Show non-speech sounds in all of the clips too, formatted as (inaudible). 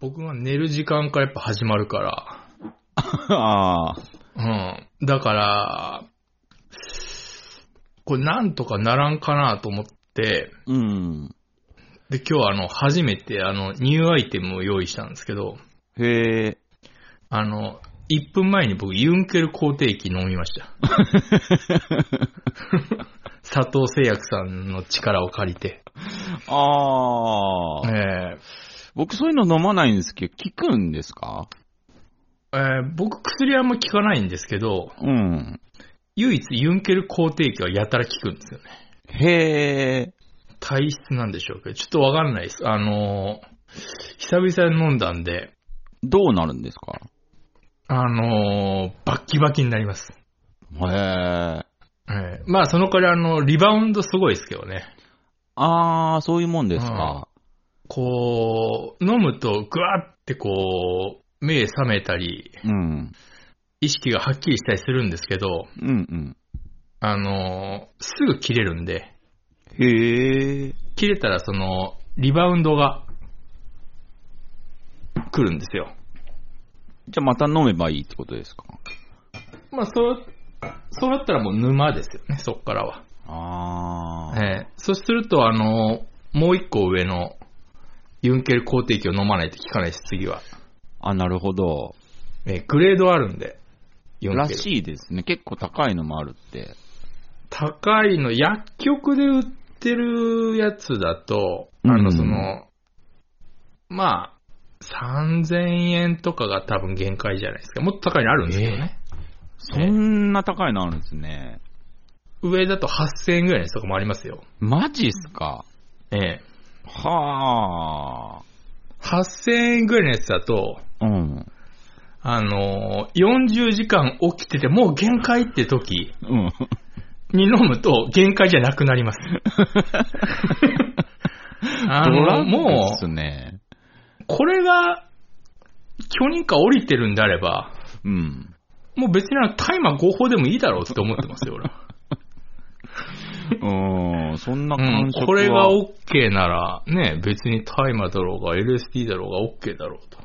僕が寝る時間からやっぱ始まるか (laughs) ああ。ら。うん。だから、これなんとかならんかなと思って、うん。で、今日はあの、初めてあの、ニューアイテムを用意したんですけど、へえ。あの、1分前に僕、ユンケル肯定期飲みました。佐藤製薬さんの力を借りて。ああ、え僕そういうの飲まないんですけど、効くんですかーえー僕、薬あんま効かないんですけど、うん。唯一ユンケル肯定期はやたら効くんですよね。へえ。体質なんでしょうけど、ちょっとわかんないです。あのー久々に飲んだんで、どうなるんですかあのーバッキバキになります。へえ。えーまあ、その代わりあの、リバウンドすごいですけどね。ああ、そういうもんですか。こう、飲むとグワってこう、目覚めたり、うん。意識がはっきりしたりするんですけど、うんあのーすぐ切れるんで、うん。へえ。切れたらその、リバウンドが来るんですよ。じゃあまた飲めばいいってことですかまあ、そう、そうなったらもう沼ですよね、そっからは。ああ。ええそうすると、あのーもう一個上の、ユンケル肯定器を飲まないと効かないです、次は。あ、なるほど。えーグレードあるんで、ユンケル。らしいですね。結構高いのもあるって。高いの、薬局で売ってるやつだと、あうの、んその、まあ、3000円とかが多分限界じゃないですか。もっと高いのあるんですけどね。そんな高いのあるんですね。上だと8000円ぐらいのやつとかもありますよ。マジっすかええ。はあ。 8000円ぐらいのやつだと、うん。あのー、40時間起きてて、もう限界って時うん。に飲むと限界じゃなくな (laughs) ります。あドラの、ッグもっすね。う、これが、許認可降りてるんであれば、うん。もう別にあの大麻合法でもいいだろうって思ってますよ、俺 (laughs) は。うん、そんなう感ん、触は、これが OK なら、ね、別に大麻だろうが LSD だろうが OK だろうと。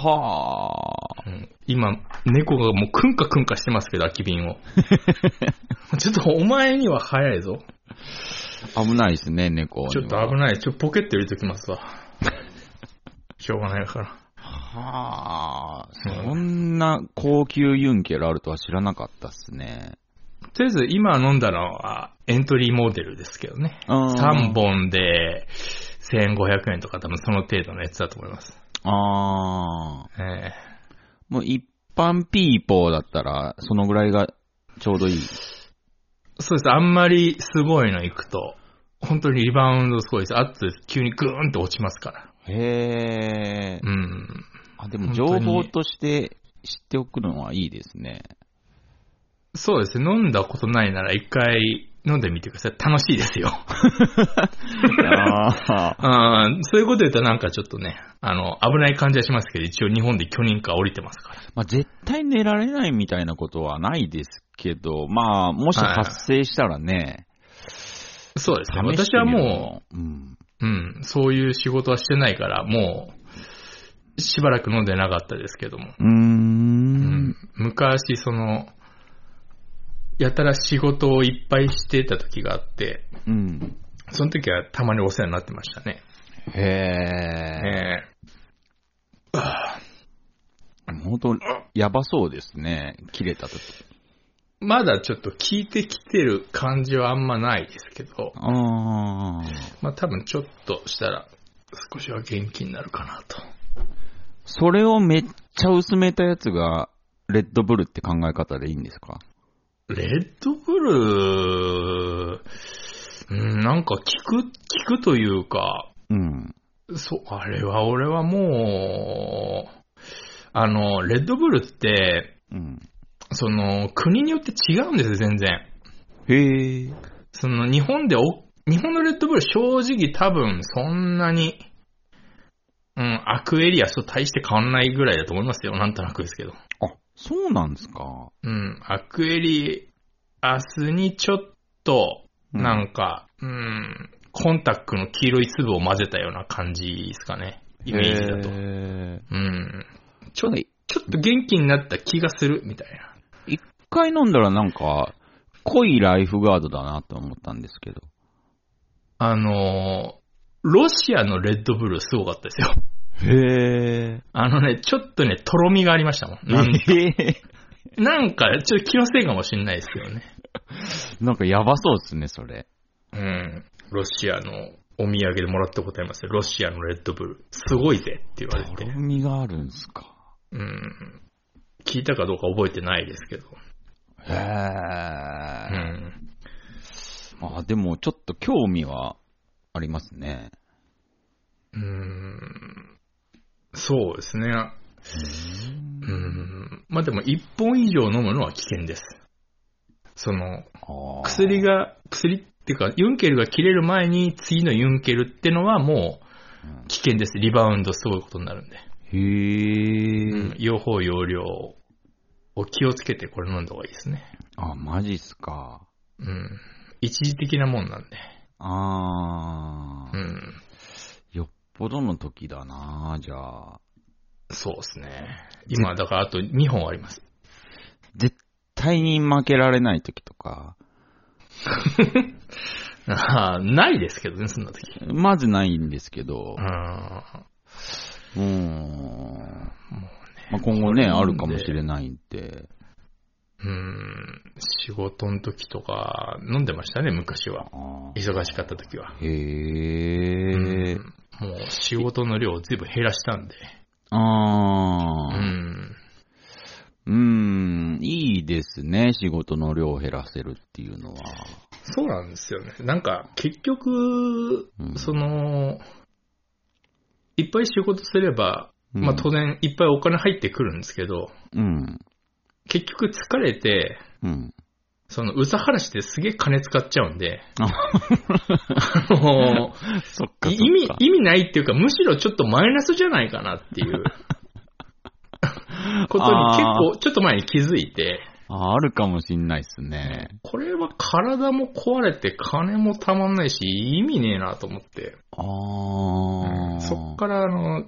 はあ。うん、今、猫がもうクンカクンカしてますけど、空き瓶 (laughs) を。ちょっとお前には早いぞ。危ないですね、猫にはちょっと危ない。ちょ、ポケット入れときますわ。しょうがないから。はあ。そんな高級ユンケルあるとは知らなかったっすね。とりあえず今飲んだのはエントリーモデルですけどね。3三。本で1500円とか多分その程度のやつだと思います。ああ。ええもう一般ピーポーだったら、そのぐらいがちょうどいい。そうです。あんまりすごいの行くと、本当にリバウンドすごいです。あと急にグーンって落ちますから。へえ。うん。あ、でも情本当に報として知っておくのはいいで (laughs) すね。そうですね。飲んだことないなら一回飲んでみてください。楽しいです (laughs) よ。ああ。うん。そういうこと言うとなんかちょっとね、あの、危ない感じはしますけど、一応日本で許認可降りてますから。まあ、絶対寝られないみたいなことはないですけど、まあ、もし発生したらね、そうですね。試し私てはみるのもう、ん。う、うん、そういう仕事はしてないから、もう、しばらく飲んでなかったですけども。うーん。昔、その、やたら仕事をいっぱいしてた時があって、うん。その時はたまにお世話になってましたね。へえ。え本当やばそうですね。切れた時。えまだちょっと効いてきてる感じはあんまないですけど、ああ。まあ多分ちょっとしたら少しは元気になるかなと。それをめっちゃ薄めたやつが、レッドブルって考え方でいいんですかレッドブルうん、なんか効く、効くというか、うん。そう、あれは俺はもう、あの、レッドブルって、うん。その、国によって違うんですよ、全然。へえ。その、日本でお、日本のレッドブル正直多分そんなに、うん、アクエリアスと大して変わんないぐらいだと思いますよ、なんとなくですけど。あ、そうなんですか。うん、アクエリアスにちょっと、なんか、うん、コンタックの黄色い粒を混ぜたような感じですかね。へイメージだと。へーうん。ちょなんか一ちょっと元気になった気がする、みたいな。回飲んだらなんか、濃いライフガードだなと思ったんですけど。あのーロシアのレッドブルすごかったですよ。 (laughs) へえ。あのね、ちょっとね、とろみがありましたもん。なん (laughs) えなんか、ちょっと気のせいかもしれないですけどね。ーなんかやばそうですね、それ。うん。ロシアのお土産でもらったことありますよ。ロシアのレッドブル。すごいぜって言われとろて。みがあるんすか。うん。聞いたかどうか覚えてないですけど。へうえ。ん。あ、でもちょっと興味はありますね。うん。そうですね。うん。まあでも、1本以上飲むのは危険です。その、あー薬が、薬っていうか、ユンケルが切れる前に次のユンケルってのはもうんう危険です。リバウンドすごいことになるんで。へえ、うん、用法用量を気をつけてこれ飲んだ方がいいですね。あ、マジっすか。うん。一時的なもんなんで。あうー、ん。よっぽどの時だな、じゃあ。そうですね。今、だからあと2本あります。 (laughs) 絶対に負けられない時とか、あーないですけどね、そんな時。まずないんですけどうん。、もうーん。うね。まあ、今後これ飲んでね、あるかもしれないんで。うん。仕事の時とか、飲んでましたね、昔は。あー忙しかった時は。へえう、んもう仕事の量を随分減らしたんで。うあー、ん。うーん、いいですね、仕事の量を減らせるっていうのは。そうなんですよね。なんか、結局、うんその、いっぱい仕事すれば、うんまあ当然いっぱいお金入ってくるんですけど、うん、結局疲れて、うん。その、うさはらしですげえ金使っちゃうんで、あ (laughs) あのそっい意味、意味ないっていうか、むしろちょっとマイナスじゃないかなっていうことに結構、ちょっと前に気づいて、ああるかもしんないっすね。これは体も壊れて金もたまんないし、意味ねえなと思って、あうあん。そっから、あの、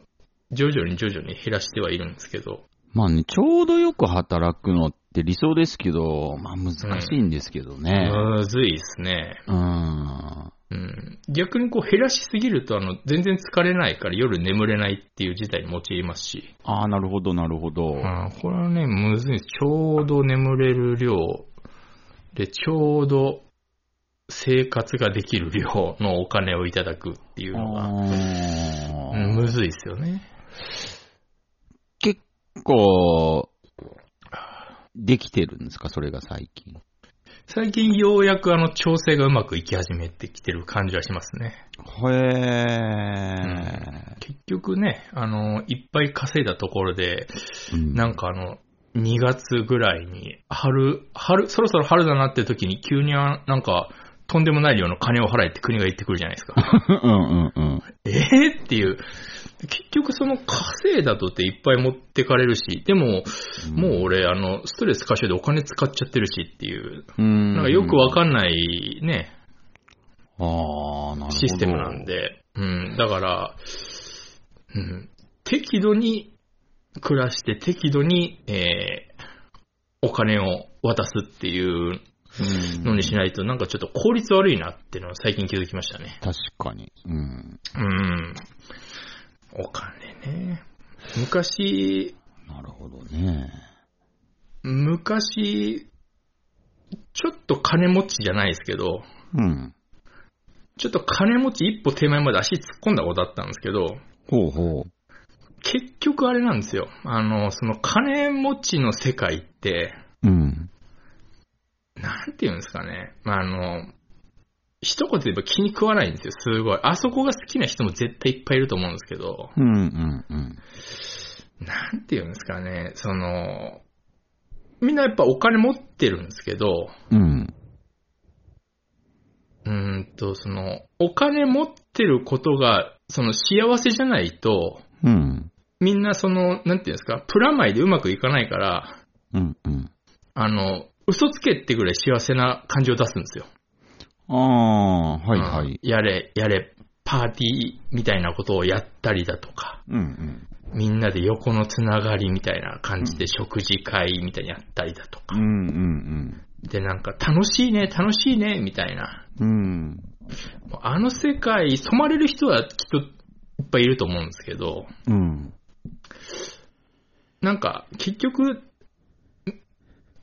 徐々に徐々に減らしてはいるんですけど、まあね、ちょうどよく働くのって理想ですけど、まあ難しいんですけどね。むずいですね。うん。あうん逆にこう減らしすぎるとあの全然疲れないから夜眠れないっていう事態に陥りますし、あ、なるほど、なるほど。あーこれはね、むずいです。ちょうど眠れる量で、ちょうど生活ができる量のお金をいただくっていうのが、あうんーむずいですよね。結構、できてるんですか、それが最近。最近ようやくあの調整がうまくいき始めてきてる感じはしますね。へえ。結局ね、あの、いっぱい稼いだところで、うんなんかあの、2月ぐらいに、春、春、そろそろ春だなって時に急にあなんか、とんでもない量の金を払えって国が言ってくるじゃないですか。うんうんうん。えーっていう。結局その稼いだとっていっぱい持ってかれるし、でも、もう俺、あの、ストレス過小でお金使っちゃってるしっていう、うん、なんかよくわかんないね、ああ、なるほど。システムなん。で、うん、だから、うん、適度に暮らして、適度に、えーお金を渡すっていううん、のにしないと、なんかちょっと効率悪いなっていうのは最近気づきましたね。確かに。うん。うん。お金ね。昔、なるほどね。昔、ちょっと金持ちじゃないですけど、うん。ちょっと金持ち一歩手前まで足突っ込んだことあったんですけど、ほうほう。結局あれなんですよ。あの、その金持ちの世界って、うん。なんていうんですかね。まあ、あの、一言で言えば気に食わないんですよ、すごい。あそこが好きな人も絶対いっぱいいると思うんですけど、うんうんうん。なんていうんですかね、その、みんなやっぱお金持ってるんですけど、うん。うーんと、その、お金持ってることが、その幸せじゃないと、うん。みんなその、なんていうんですか、プラマイでうまくいかないから、うんうん。あの、嘘つけってぐらい幸せな感じを出すんですよ。ああ、はいはうんい。やれ、やれ、パーティーみたいなことをやったりだとか、うんうん。みんなで横のつながりみたいな感じで食事会みたいにやったりだとうか、んうんで、なんか楽しいね、楽しいね、みたいな。うん。うん。もうあの世界、染まれる人はきっといっぱいいると思うんですけど、うん。なんか結局、ん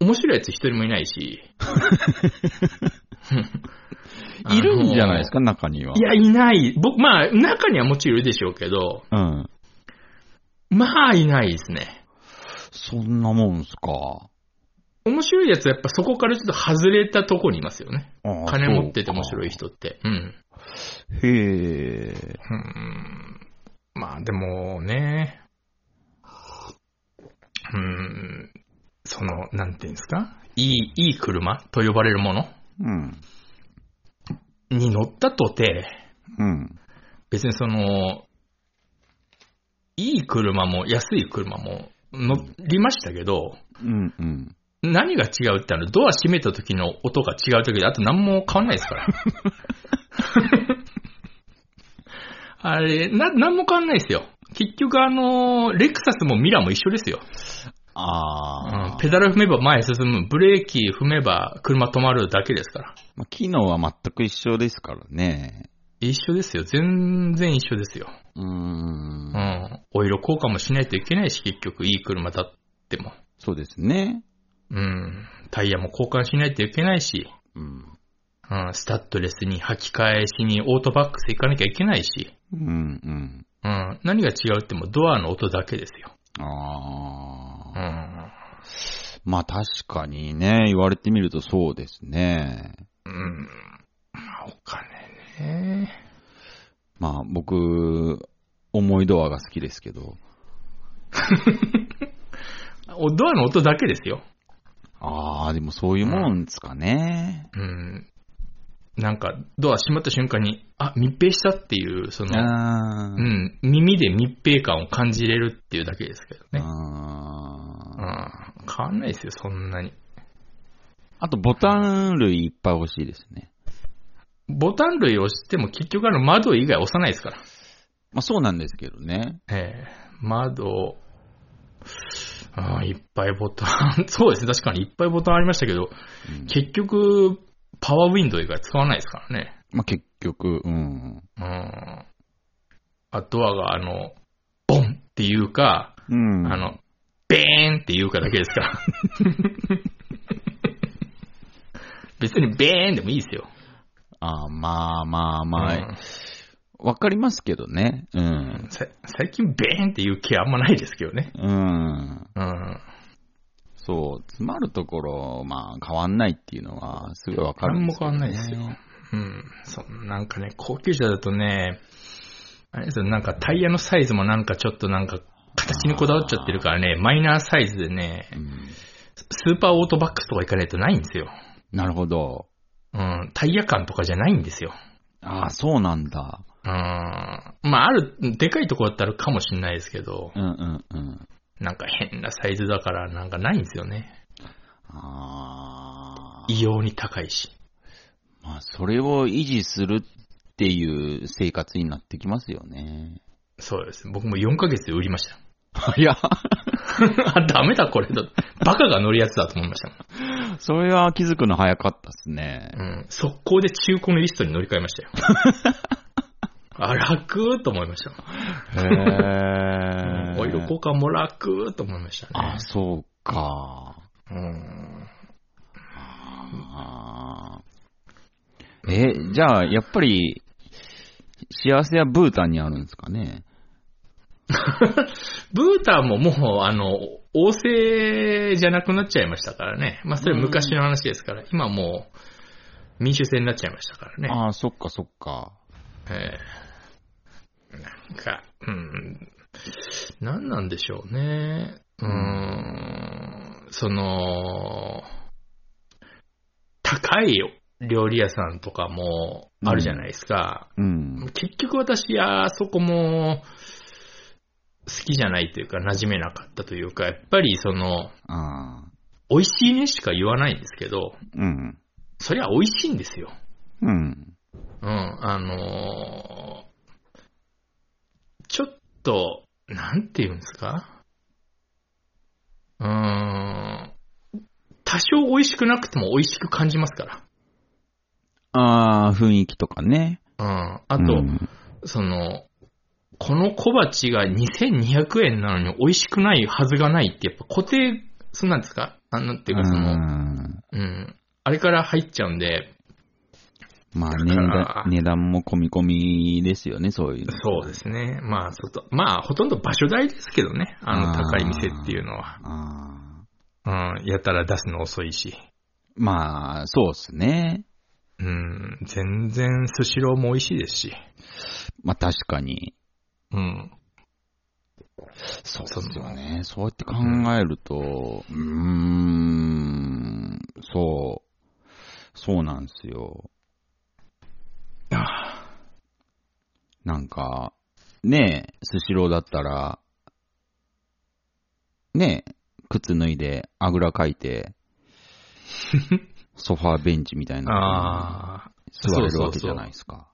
面白いやつ一人もいないし。 (laughs) (laughs) いるんじゃないですかか、中には。いや、いない。僕、まあ、中にはもちろんいるでしょうけど、うん。まあ、いないですね。そんなもんすか。面白いやつはやっぱそこからちょっと外れたとこにいますよね。ああ金持ってて面白い。そ人って。うん。うかへえ。うん。まあ、でもね、うん、その、なんていうんですかいい、いい車と呼ばれるものうん。に乗ったとて、うん。別にその、いい車も安い車も乗りましたけど、うんうん。何が違うってあの、ドア閉めた時の音が違う時で、あと何も変わんないですから。あれ、な、何も変わんないですよ。結局あの、レクサスもミラも一緒ですよ。あうあん。ペダル踏めば前へ進む、ブレーキ踏めば車止まるだけですから。まあ機能は全く一緒ですからね。一緒ですよ。全然一緒ですよ。うーんう。ん。オイル交換もしないといけないし、結局いい車だっても。そうですね。うん。タイヤも交換しないといけないし、うん。うん、スタッドレスに履き替えしにオートバックス行かなきゃいけないし、うんうん。うん、何が違うってもうドアの音だけですよ。あうあ。ん。まあ確かにね、言われてみるとそうですね。うん。まあ、お金ね。まあ僕、重いドアが好きですけど。おドアの音だけですよ。ああ、でもそういうもんですかね。うん。なんか、ドア閉まった瞬間に、あ、密閉したっていう、その、あうーん、耳で密閉感を感じれるっていうだけですけどね。うん。あー。変わんないですよ、そんなに。あとボタン類いっぱい欲しいですね。ボタン類を押しても結局あの窓以外押さないですから。まあそうなんですけどね。ええ窓、ああ、いっぱいボタン、 (laughs) そうですね、確かにいっぱいボタンありましたけど、うん結局、パワーウィンドウ以外使わないですからね。まあ結局、うん。うん。あ、ドアがあの、ボンっていうか、うん。あの、ベーンっていうかだけです (laughs) から。別にベーンでもいいですよ。あーまあまあまうんあ、わ、かりますけどね。うん。さ最近ベーンっていう気あんまないですけどね。うん。うん。そう、詰まるところ、まあ変わんないっていうのはすごいわかる何んもけ変どわんないねですよ。。うん。そう、なんかね、高級車だとね、あれですよ、なんかタイヤのサイズもなんかちょっとなんか、形にこだわっちゃってるからね、マイナーサイズでね、うん。スーパーオートバックスとか行かないとないんですよ。なるほど。うん、タイヤ感とかじゃないんですよ。ああ、そうなんだ。うん、まあある、でかいとこだったらかもしれないですけど、うんうんうん。なんか変なサイズだからなんかないんですよね。ああ。異様に高いし。まあ、それを維持するっていう生活になってきますよね。そうです。僕も4ヶ月で売りました。いや、あ、 (laughs) ダメだこれだ。バカが乗るやつだと思いましたもん。それは気づくの早かったですねう。ん、速攻で中古のリストに乗り換えましたよ。あ、楽ーと思いました。へえオイル交換も楽ーと思いましたねあ、。そうか。うん、あーえ、じゃあ、やっぱり、幸せはブータンにあるんですかね。ブータンももう、あの、王政じゃなくなっちゃいましたからね。まあ、それ昔の話ですから、今もう民主制になっちゃいましたからね。ああ、そっかそっか。ええなんか、うん、何なんでしょうね。うーん、その、高い料理屋さんとかもあるじゃないですか。うん。結局私、あそこも好きじゃないというか、馴染めなかったというか、やっぱりその、ああ。美味しいねしか言わないんですけど、うん。そりゃ美味しいんですよ。うん。うん、あのーと、なんて言うんですかうーん。多少美味しくなくても美味しく感じますかああ、雰囲気とかね。ら。うん。ああと、その、この小鉢が2200円なのに美味しくないはずがないって、やっぱ固定、そんなんですかあなんていうかその、うん。あれから入っちゃうんで、まあだ値から段、値段も込み込みですよね、そういうの。そうですね。まあ、ちょっと、まあ、ほとんど場所代ですけどね。あの、あー高い店っていうのは。ああうん、やたら出すの遅いし。まあ、そうっすね。うん、全然、スシローも美味しいですし。まあ確かに。うん。そうそうですよね。そうやって考えると、うーん、そう。そうなんですよ。あなんか、ねえ、スシローだったら、ねえ、靴脱いで、あぐらかいて、 (laughs) ソファーベンチみたいあなとこに座れるわけじゃないですか。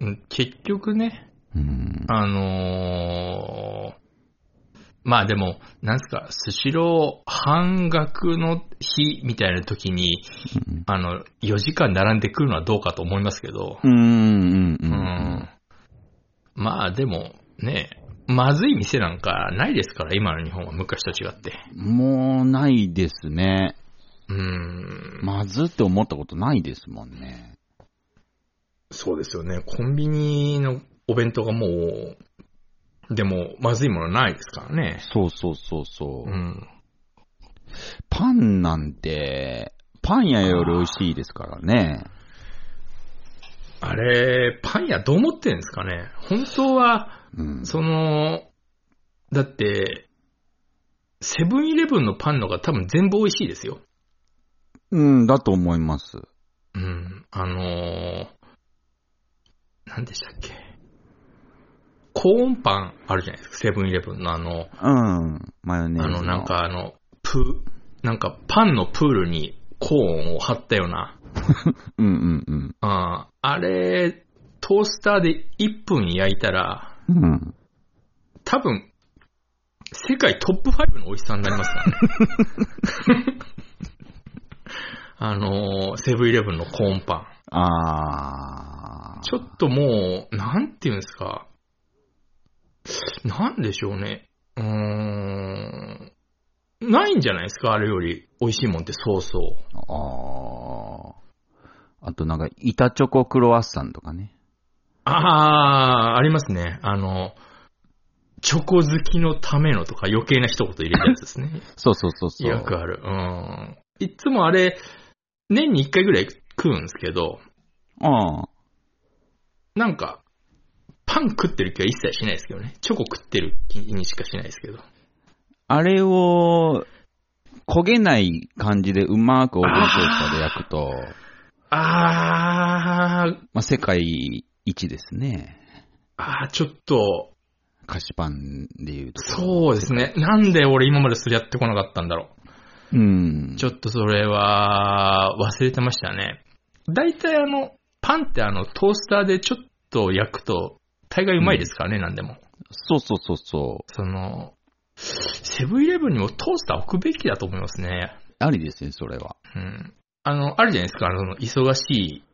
ー、うん結局ね、うん。あのー、まあでも、なんすか、スシロー半額の日みたいな時に、あの、4時間並んでくるのはどうかと思いますけど、うん、うん、ううんん。まあでも、ね、まずい店なんかないですから、今の日本は昔と違って。うん。もうないですね。うん。まずって思ったことないですもんね。そうですよね。コンビニのお弁当がもう、でも、まずいものないですからね。そうそうそうそう。うん。パンなんて、パン屋より美味しいですからね。あれ、パン屋どう思ってんですかね。本当は、うん。その、だって、セブンイレブンのパンの方が多分全部美味しいですよ。うん、だと思います。うん。あのー、なんでしたっけ。コーンパンあるじゃないですか、セブンイレブンのあの、うん。マヨネーあの、ズ。なん。かあの、プー、なんかパンのプールにコーンを貼ったような、うんうんああれ、トースターで1分焼いたら、うん。うん。多分、世界トップ5の美味しさになりますからね。あのーセブンイレブンのコーンパン。あー。ちょっともう、なんていうんですか。なんでしょうね。うーん。ないんじゃないですかあれより美味しいもんってそうそう。あー。あとなんか、板チョコクロワッサンとかね。ああ、ありますね。あの、チョコ好きのためのとか余計な一言入れるやつですね。そうそうそうそう。よくある。うん。いつもあれ、年に一回ぐらい食うんですけど、あー。なんか、パン食ってる気は一切しないですけどね。チョコ食ってる気にしかしないですけど。あれを、焦げない感じでうまくオーブントースターで焼くと、あー、まあ、世界一ですね。あーちょっと、菓子パンでいうと。そうですね。なんで俺今までそれやってこなかったんだろうんう。。ちょっとそれは、忘れてましたね。大体あの、パンってあの、トースターでちょっと焼くと、大概うまいですからね、なんでも。そうそうそうそう。その、セブンイレブンにもトースター置くべきだと思いますね。ありですね、それは。うん。あの、あるじゃないですか、あの、忙しい、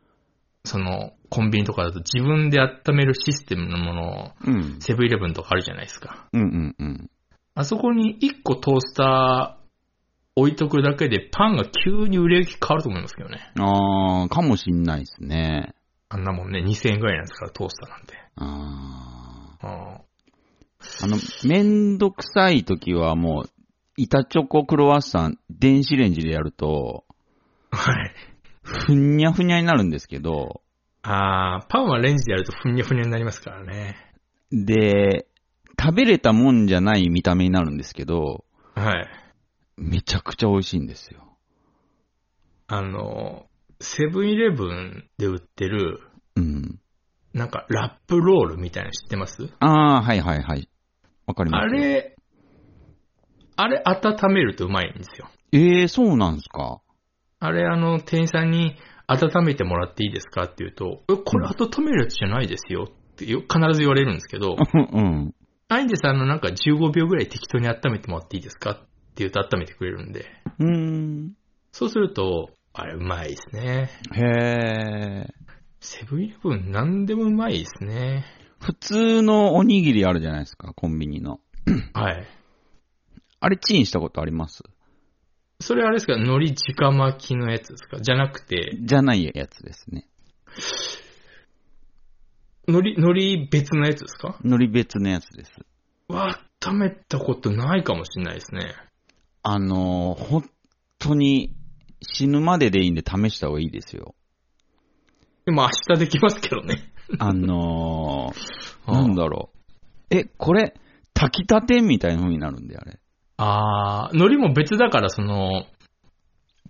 その、コンビニとかだと自分で温めるシステムのものを、うん。セブンイレブンとかあるじゃないですか。うんうんうん。あそこに1個トースター置いとくだけでパンが急に売れ行き変わると思いますけどね。あー、かもしんないですね。あんなもんね、2000円ぐらいなんですから、トースターなんて。ああー。あの、めんどくさい時はもう、板チョコクロワッサン、電子レンジでやると、ー (laughs) はい。ふにゃふにゃになるんですけど、あーパンはレンジでやるとふにゃふにゃになりますからね。で、食べれたもんじゃない見た目になるんですけど、はい。めちゃくちゃ美味しいんですよ。あの、セブンイレブンで売ってる、うん。なんかラップロールみたいなの知ってますあー、はいはいはい。わかります。あれ、あれ温めるとうまいんですよ。ええー、そうなんすか。 (laughs) あれ、あの、店員さんに温めてもらっていいですかって言うと、え、これ温めるやつじゃないですよってよ必ず言われるんですけど、うん。アイデさんのなんか15秒ぐらい適当に温めてもらっていいですかって言うと温めてくれるんで。うん。そうすると、あれうまいですね。へえ。セブンイレブン何でもうまいですね。普通のおにぎりあるじゃないですか、コンビニの。はい。あれチンしたことありますそれあれですか海苔直巻きのやつですかじゃなくて、じゃないやつですね。海苔、海苔別のやつですか海苔別のやつです。温めたことないかもしれないですね。あのー、本当に死ぬまででいいんで試した方がいいですよ。でも明日できますけどね。あのー、なんだろう。え、これ、炊きたてみたいな風になるんで、あれ。あー、海苔も別だから、その、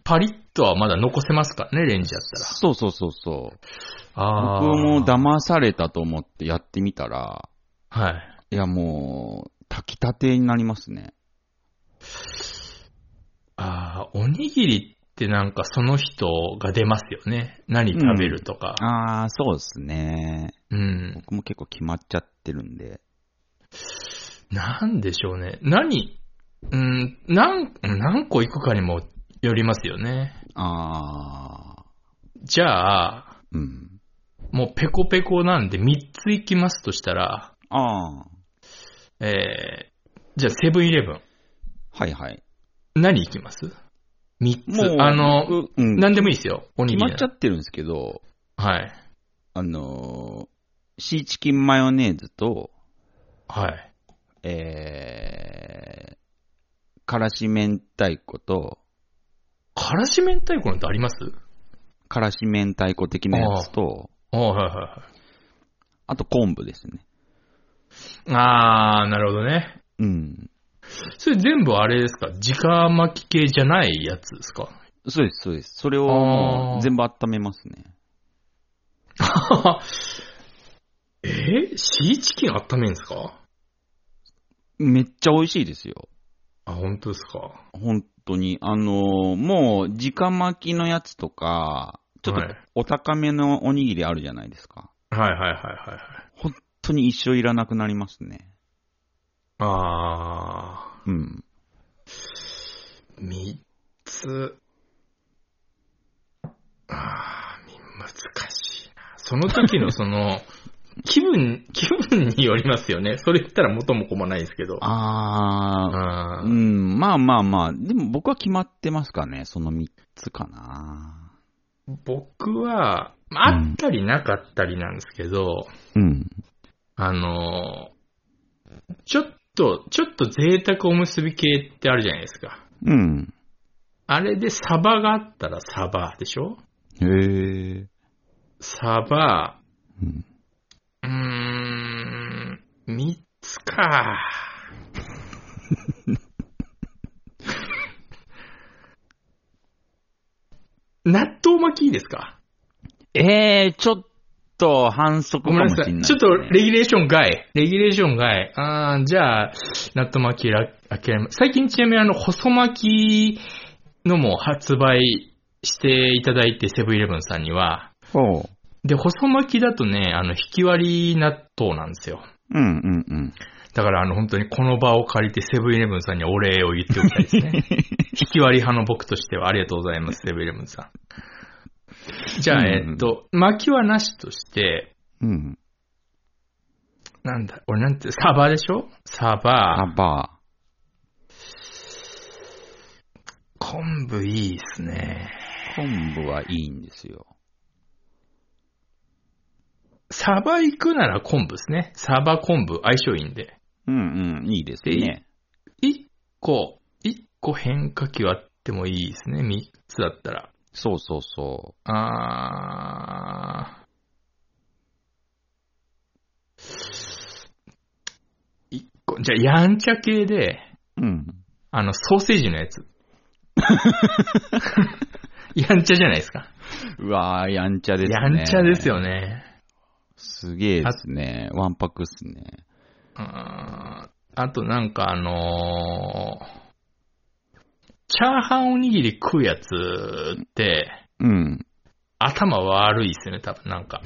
パリッとはまだ残せますからね、レンジやったら。そうそうそうそう。あ僕も騙されたと思ってやってみたら、はい。いやもう、炊きたてになりますね。あーおにぎりってなんかその人が出ますよね。何食べるとか。ああ、そうですね。うん。僕も結構決まっちゃってるんで。なんでしょうね。何うん、何、何個いくかにもよりますよね。ああ、じゃあ、うん。もうペコペコなんで3ついきますとしたら、ああ、えー、じゃあセブンイレブン。はいはい。何いきます ?3 もうつ。、あの、僕うん、何でもいいですよ。おに決ぎまりっちゃ。ってるんですけど、はい。あのー、シーチキンマヨネーズと、はい。えー、からし明太子と、からし明太子なんてありますからし明太子的なやつと、あーはいはいはあと昆布ですね。い。あー、なるほどね。うん。それ全部あれですか直巻き系じゃないやつですかそうです、そうです。それをもあーう全部温めますね。 (laughs) えーシーチキン温めんですかめっちゃ美味しいですよ。あ、本当ですか本当に。あのー、もう、直巻きのやつとか、ちょっはといお高めのおにぎりあるじゃないですか。はいはいはいはいはい。本当に一生いらなくなりますね。あうん。ー、三つ。あー、み難しいな。その時 (laughs) のその、気分、気分によりますよね。それ言ったら元も子もないですけど。ああー、うーん、まあまあまあ、でも僕は決まってますかね、その3つかな。僕は、まああったりなかったりなんですけど、うん。あのーちょっと、ちょっと贅沢おむすび系ってあるじゃないですか。うん。あれでサバがあったらサバでしょへえ。サバ、うん、うーん、三つか。 (laughs) 納豆巻きいいですかえー、ちょっと反則ごかめんもしなされないい。ですね、ちょっとレギュレーション外。レギュレーション外。あーじゃあ、納豆巻きら諦め、最近ちなみにあの、細巻きのも発売していただいて、セブンイレブンさんには。ほで、細巻きだとね、あの、引き割り納豆なんですよ。う。うんうんうん。だからあの、本当にこの場を借りてセブンイレブンさんにお礼を言っておきたいです (laughs) ね。引き割り派の僕としてはありがとうございます、セブンイレブンさん。じゃあ、えっと、巻きはなしとして、うん。なんだ、俺なんて、サバでしょサあバ、ば。昆布いいっすね。昆布はいいんですよ。サバ行くなら昆布ですね。サバ昆布、相性いいんで。うんうん、いいですね。一個、一個変化球あってもいいですね。三つだったら。そうそうそあー。一個、じゃあ、やんちゃ系で、う。うん。あの、ソーセージのや (laughs) つ。やんちゃじゃないですか。うわー、やんちゃですね。やんちゃです。よね。すげえですね。わんぱくっすね。うーんあとなんかあのーチャーハンおにぎり食うやつって、うん。頭悪いっすよね、多分なんか。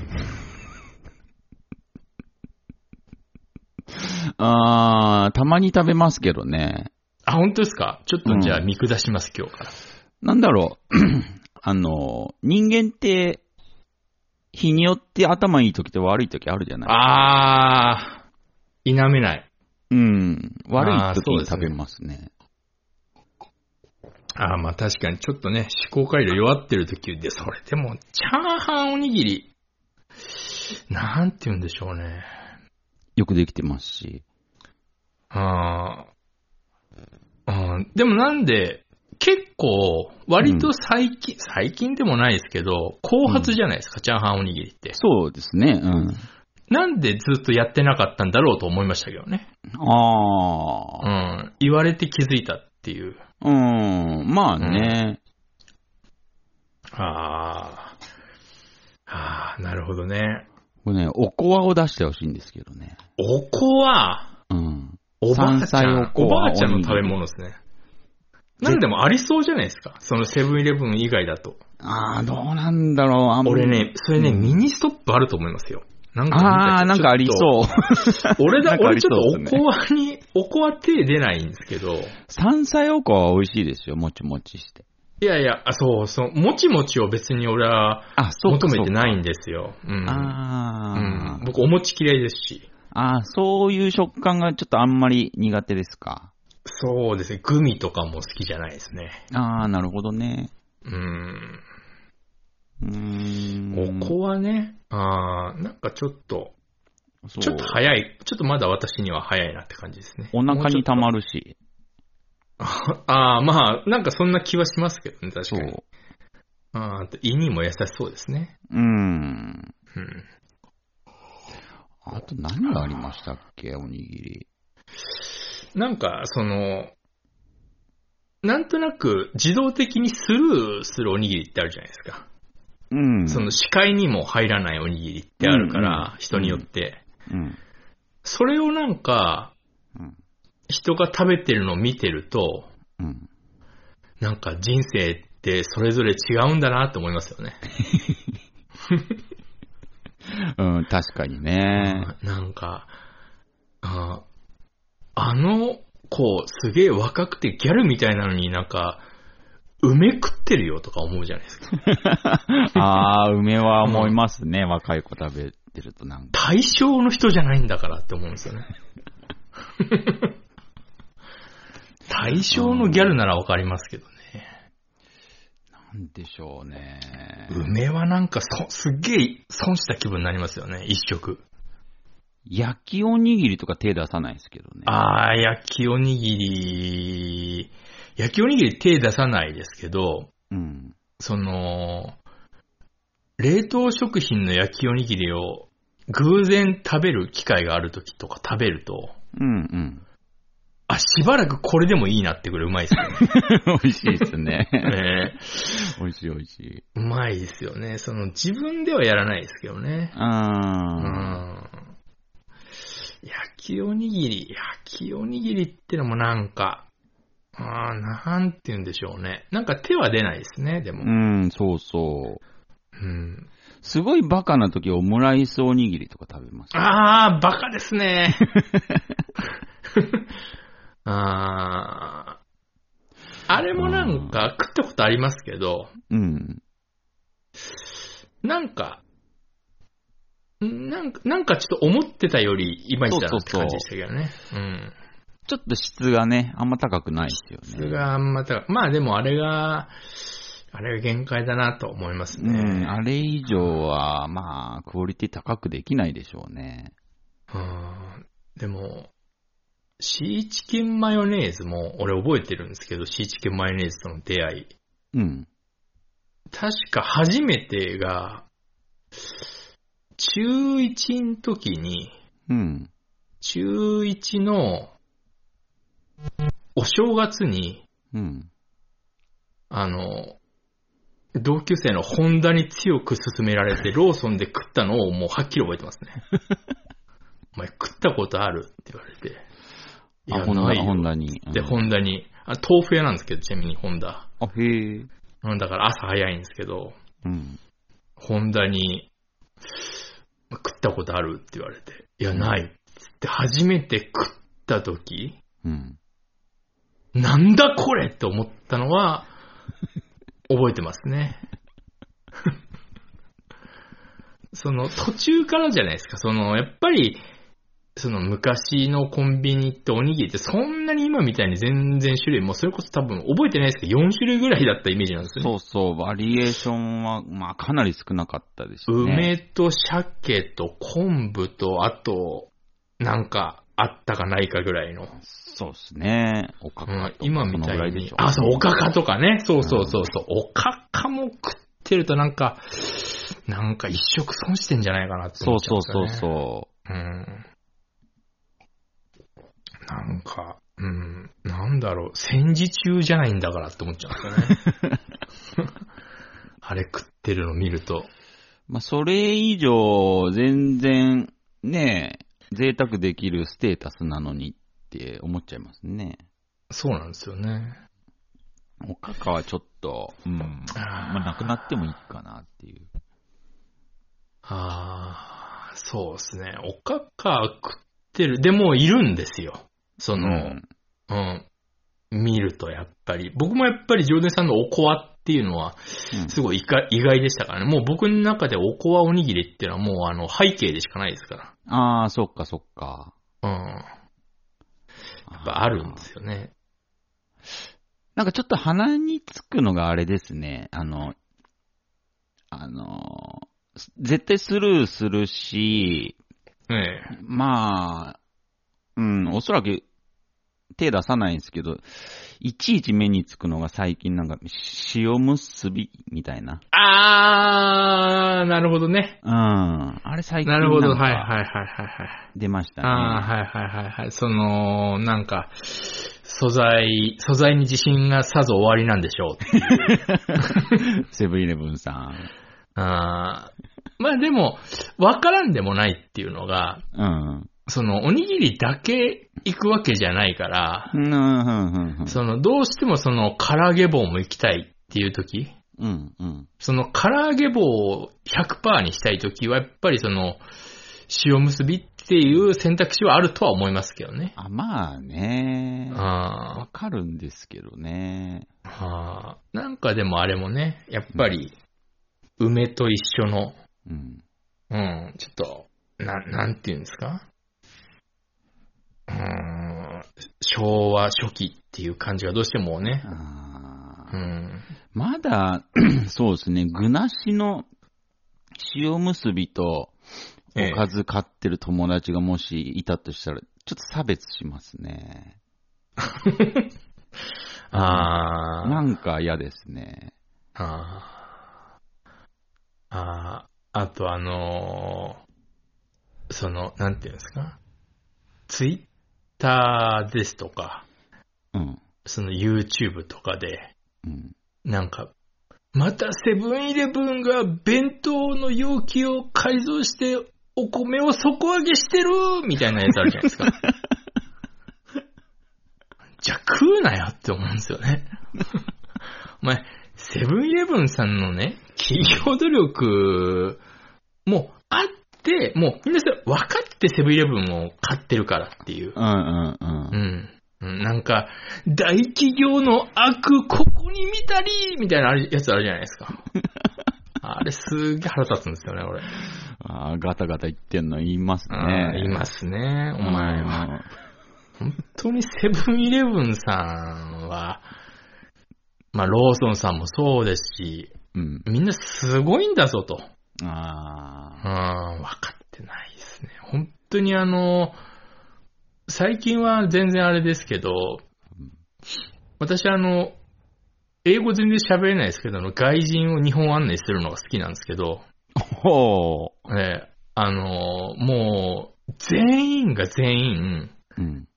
あー、たまに食べますけどね。あ、本当ですかちょっとじゃあうん見下します、今日から。なんだろう。 (clears throat) あの、人間って、日によって頭いい時と悪い時あるじゃないあー、否めない。うん。悪あーい時そうにですね食べますね。あー、まあ確かにちょっとね、思考回路弱ってる時で、それでも、チャーハンおにぎり、なんて言うんでしょうね。よくできてますし。あーうん、でもなんで、結構、割と最近、最近でもないですけど、後発じゃないですか、チャーハンおにぎりって。そうですね。うん。なんでずっとやってなかったんだろうと思いましたけどね。あうあ。ん。言われて気づいたっていう。うん。まあね。ああ。ああ、なるほどね。これね、おこわを出してほしいんですけどね。おこわ、うん。おばあちゃん山菜、おおこわばあちゃんおのにぎ食りべ物ですね。なんでもありそうじゃないですか。そのセブンイレブン以外だと。ああ、どうなんだろう。あんまり俺ね、それね、うんミニストップあると思いますよ。なんか見たけどああ、なんかありちょっそう。と俺 (laughs) なだん、かあ俺りちそょっうですとおねこわに、おこわ手出ないんですけど。山菜おこわは美味しいですよ。もちもちして。いやいや、あそうそう、もちもちを別に俺はあ、そうか求そめうかてないんですよ。うん。あうんー、僕、お餅嫌いですし。あー、そういう食感がちょっとあんまり苦手ですか。そうですね。グミとかも好きじゃないですね。ああ、なるほどね。うん。うーん。おこわね。あーなんかちょっと、そうちょっと早い。ちょっとまだ私には早いなって感じですね。お腹に溜もうまるし。ちょっと。ああ、まあ、なんかそんな気はしますけどね、確そかに。う。あーあと胃にも優しそうですね。うん。うん。あと何がありましたっけおにぎり。なんか、その、なんとなく自動的にスルーするおにぎりってあるじゃないですか。うん。その視界にも入らないおにぎりってあるから、うん人によって。うん。それをなんか、うん。人が食べてるのを見てると、うん。なんか人生ってそれぞれ違うんだなって思いますよね。うん、確かにね。 (laughs) なんか、ああの子すげえ若くてギャルみたいなのになんか、梅食ってるよとか思うじゃないですか。ああ、梅は思いますね。若い子食べてるとなんか。対象の人じゃないんだからって思うんですよね。対象のギャルならわかりますけどね。なんでしょうね。梅はなんかそ、すっげえ損した気分になりますよね、一食。焼きおにぎりとか手出さないですけどね。あー、焼きおにぎり、焼きおにぎり手出さないですけど、うん。その、冷凍食品の焼きおにぎりを偶然食べる機会がある時とか食べると、うんうん。あ、しばらくこれでもいいなってくらいうまいです (laughs) よね。 (laughs) 美味しいです (laughs) ね。ね美味しい美味しい。うまいですよね。その自分ではやらないですけどね。うあん。焼きおにぎり、焼きおにぎりってのもなんか、あーなんて言うんでしょうね。なんか手は出ないですね、でーも。うん、そうそう。うん。すごいバカな時オムライスおにぎりとか食べます。あー、バカです (laughs) ね。あー。あれもなんか食ったことありますけど、うん。なんか、なんか、なんかちょっと思ってたよりいまいちだなって感じでしたけどね。うん。ちょっと質がね、あんま高くないですよね。それがあんまた、まあでもあれが、あれが限界だなと思いますうね。ん、あれ以上は、まあ、クオリティ高くできないでしょうね。うんでも、シーチキンマヨネーズも、俺覚えてるんですけど、シーチキンマヨネーズとの出会い。うん。確か初めてが、中1の時に、うん。中1のお正月に、うん。あの、同級生のホンダに強く勧められて、ローソンで食ったのをもうはっきり覚えて (laughs) ますね。お前食ったことあるって言われて。いあ、や、ホンなダ、いよホンダに。で、うんホンダに。あ、豆腐屋なんですけど、ちなみにホンダ。あ、へえ。うんだから朝早いんですけど、うん。ホンダに、食ったことあるって言われて。いや、ないってって初めて食った時、うん。なんだこれって思ったの (laughs) は、覚えてますね。その途中からじゃないですか。そのやっぱり、その昔のコンビニっておにぎりってそんなに今みたいに全然種類、もうそれこそ多分覚えてないですけど、4種類ぐらいだったイメージなんですよね。そうそう、バリエーションは、まあ、かなり少なかったですね。梅と鮭と昆布と、あと、なんかあったかないかぐらいの。そうですね。おかうかんとか、今みたそのぐらいでにしょ。あ、そう、おかかとかね。そうそうそうそう。おかかも食ってるとなんか、なんか一食損してんじゃないかなってそ思うっちゃそうそんうですよね。そうん。なんか、うん、なんだろう、戦時中じゃないんだからって思っちゃうんですよね。 (laughs) あれ食ってるの見ると。う。まあ、それ以上、全然、ねえ、贅沢できるステータスなのにって思っちゃいますね。そうなんですよね。おかかはちょっと、うん。あーまあ、なくなってもいいかなっていう。ああ、そうですね。おかか食ってる。でもいるんですよ。その、うんうん。見るとやっぱり。僕もやっぱりジョーデンさんのおこわっていうのは、うんすごい意外意外でしたからね。もう僕の中でおこわおにぎりっていうのはもうあの背景でしかないですかああ、そっかそっか。ら。うん。やっぱあるんですよね。なんかちょっと鼻につくのがあれですね。あの、あの、す絶対スルーするし、ええ。まあ、うん、おそらく手出さないんですけど、いちいち目につくのが最近なんか塩結びみたいな。あー、なるほどね。うん。あれ最近ななんるかほど。はいはいはいはいはい。出ましたね。ああ、はいはいはいはい。その、なんか、素材、素材に自信がさぞ終わりなんでしょうっていう。 (laughs) セブンイレブンさん。あーまあでも、わからんでもないっていうのが、うん。その、おにぎりだけ行くわけじゃないから、うん、うん、うん。その、どうしてもその、唐揚げ棒も行きたいっていう時、うん、うん。その、唐揚げ棒を100%にしたい時は、やっぱりその、塩結びっていう選択肢はあるとは思いますけどね。あ、まあね。あーわかるんですけどね。はあ、なんかでもあれもね、やっぱり、梅と一緒の、うん。うん、ちょっと、な、なんていうんですかうーん、昭和初期っていう感じがどうしてもね、あうーん、まだ、 (clears throat) そうですね、具なしの塩結びとええおかず買ってる友達がもしいたとしたら、ちょっと差別しますね。あー、なんか嫌ですね。あー、あー、あとあのーその、なんていうんですかツイッターですとか、うん。その YouTube とかで、うん。なんか、またセブンイレブンが弁当の容器を改造してお米を底上げしてるみたいなやつあるじゃないですか。じゃあ食うなよって思うんですよね。お前、セブンイレブンさんのね、企業努力もあって、もうみんなそれ分かってセブンイレブンを買ってるからっていう。うんうんうん。うん。うんなんか、大企業の悪、ここに見たりみたいなあれやつあるじゃないですか。あれすげえ腹立つんですよね、俺。あーガタガタ言ってんの言いますあね。ーいますね、おうん。前は。本当にセブンイレブンさんは、まあ、ローソンさんもそうですし、うん。みんなすごいんだぞと。あうん、分かってないですね。本当にあの、最近は全然あれですけどうん、私あの、英語全然喋れないですけど、あの外人を日本案内するのが好きなんですけど、ー。ほええあの、もう、全員が全員、う。うん。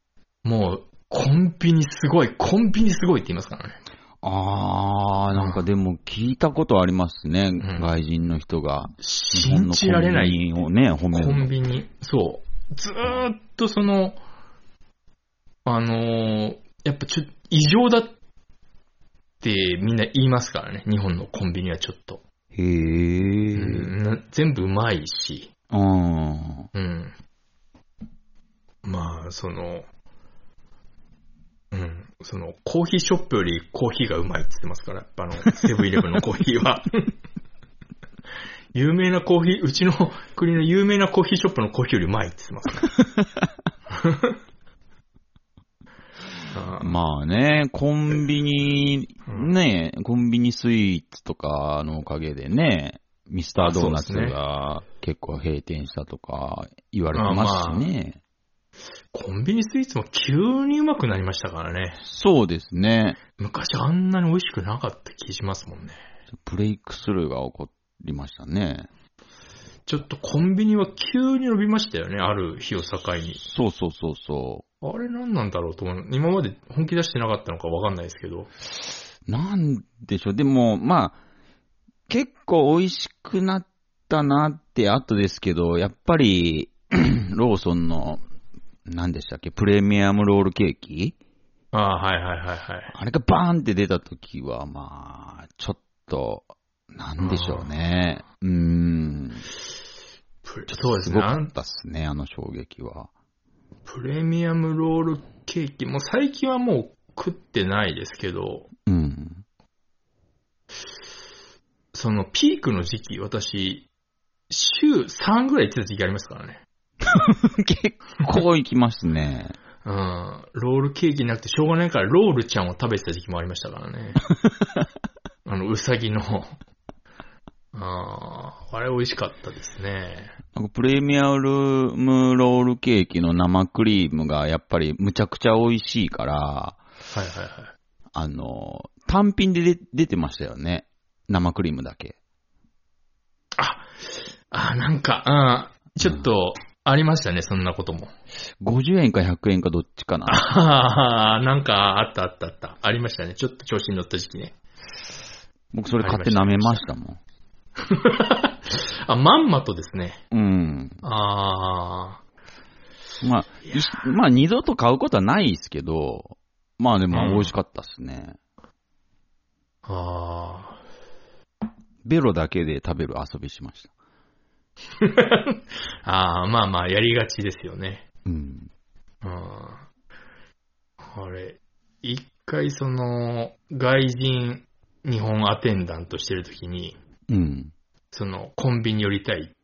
もう、コンビニすごい、コンビニすごいって言いますからね。あー、なんかでも聞いたことありますね、ん外人の人が。信じられない。日本のコンビニをね、褒めるの。コンビニ、そう。ずーっとその、あのーやっぱちょ、異常だってみんな言いますからね、日本のコンビニはちょっと。へえ。うんな全部うまいし、うん。うん。まあ、その、うん、その、コーヒーショップよりコーヒーがうまいって言ってますから、やっぱあの、セブンイレブンのコーヒーは。 (laughs) 有名なコーヒー、うちの国の有名なコーヒーショップのコーヒーよりうまいって言ってますから。あーまあね、コンビニ、ね、コンビニスイーツとかのおかげでね、ミスタードーナツそうですねが結構閉店したとか言われてますしね。コンビニスイーツも急にうまくなりましたからね。そうですね。昔あんなに美味しくなかった気しますもんね。ブレイクスルーが起こりましたね。ちょっとコンビニは急に伸びましたよね、ある日を境に。そうそうそうそあれ何なんだろうと思う。今まで本気出してなかったのかわかんないですけど。う。なんでしょう。でも、まあ、結構美味しくなったなって後ですけど、やっぱり、 (clears throat) ローソンの、何でしたっけ、プレミアムロールケーキああ、はいはいはいはい。あれがバーンって出た時は、まあ、ちょっと、なんでしょうね。うーん。そうですすね。ごかあっんたっすね、あの衝撃は。プレミアムロールケーキ、もう最近はもう食ってないですけど、うん。そのピークの時期、私、週3ぐらい行ってた時期ありますからね。結構いきますね。うん。ロールケーキなくてしょうがないからロールちゃんを食べてた時期もありましたからね。あの、うさぎの。ああ、あれ美味しかったですね。なんかプレミアムロールケーキの生クリームがやっぱりむちゃくちゃ美味しいから、はいはいはい。あの、単品で出出てましたよね。生クリームだけ。あ、あ、なんか、あちょっと、ありましたね、そんなことも。 50円か100円かどっちかな。ああ、なんか、あったあったあった。ありましたね。ちょっと調子に乗った時期ね。僕それ買って舐めましたもん。あ、まんまとですね。うん。ああ、まあ、いやいしまあ二度と買うことはないですけど、まあでもうん美味しかったっすね。あベロだけで食べる遊びしました。あ、ああ、まあまあ、やりがちですよね。うん。うん。あれ、一回その、外人日本アテンダントしてるときに、うん。その、コンビニ寄りたいって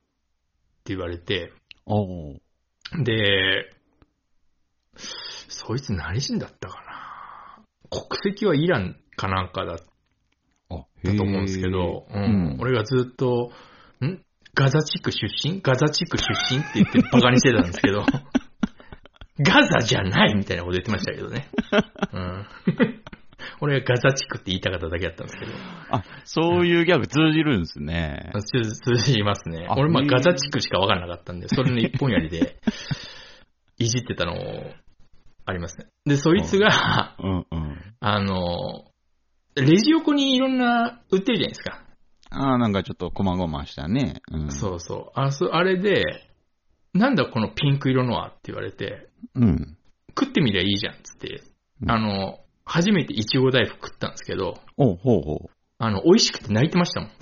言われて、おーで、そいつ何人だったかな国籍はイランかなんかだっあ、へたーと思うんですけど、うんうん俺がずっと、んガザ地区出身ガザ地区出身って言ってバカにしてたんですけど、 (laughs) ガザじゃないみたいなこと言ってましたけど (laughs) ね。うん、 (laughs) 俺がガザ地区って言いたかっただけだったんですけど、あ、そういうギャグ通じるんですね。通通じますね。あ俺まあへーガザ地区しかわからなかったんで、それの一本やりで、いじってたのありますね。で、そいつが、うんうん。あの、レジ横にいろんな売ってるじゃないですか。ああ、なんかちょっとこまごましたね。うん。そうそう。あそあれで、なんだこのピンク色のはって言われて、う。うん。食ってみりゃいいじゃんっつってう、んあの、初めていちご大福食ったんですけど、おうほうほあの、美味しくて泣いてましたもん。う。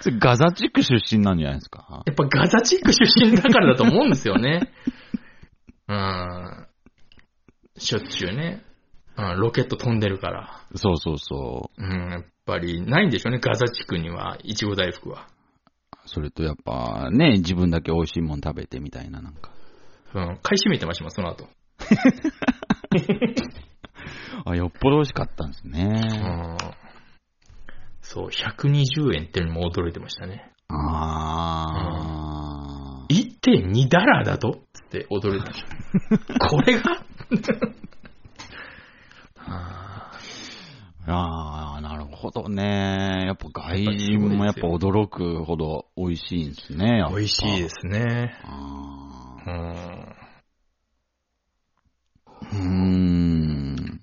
それガザ地区出身なんじゃないですかやっぱガザ地区出身だからだと思うんですよ (laughs) ね。うん。しょっちゅうね。うん、ロケット飛んでるから。そうそうそうん、やっぱりないんでしょうね、ガザ地区には、いちご大福は。う。それとやっぱね、自分だけ美味しいもん食べてみたいななんか。うん、買い占めてましたもん、その後。あ、よっぽど美味しかったんですうね。ん。そう、120円っていうのも驚いてましたね。ああ。 1.2ダラーだとつって驚いてました。 (laughs) これがあーああ、なるほどね。やっぱ外人もやっぱ驚くほど美味しいんですね。。美味しいですすね。あーうん。うーん。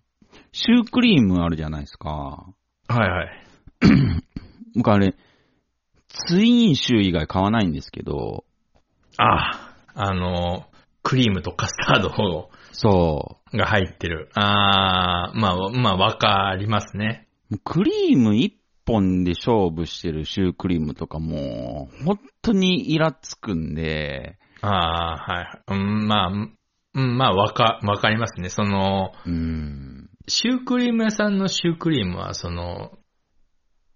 シュークリームあるじゃないですか。はいはい。僕あれ、ツインシュー以外買わないんですけど、ああ、あの、クリームとカスタードそが入ってる。ああ、まあ、まあ、わかりますね。う。クリーム1本で勝負してるシュークリームとかも、本当にイラつくんで、ああ、はい。うん、まあ、うん、まあ、わか、わかりますね。その、うん。シュークリーム屋さんのシュークリームは、その、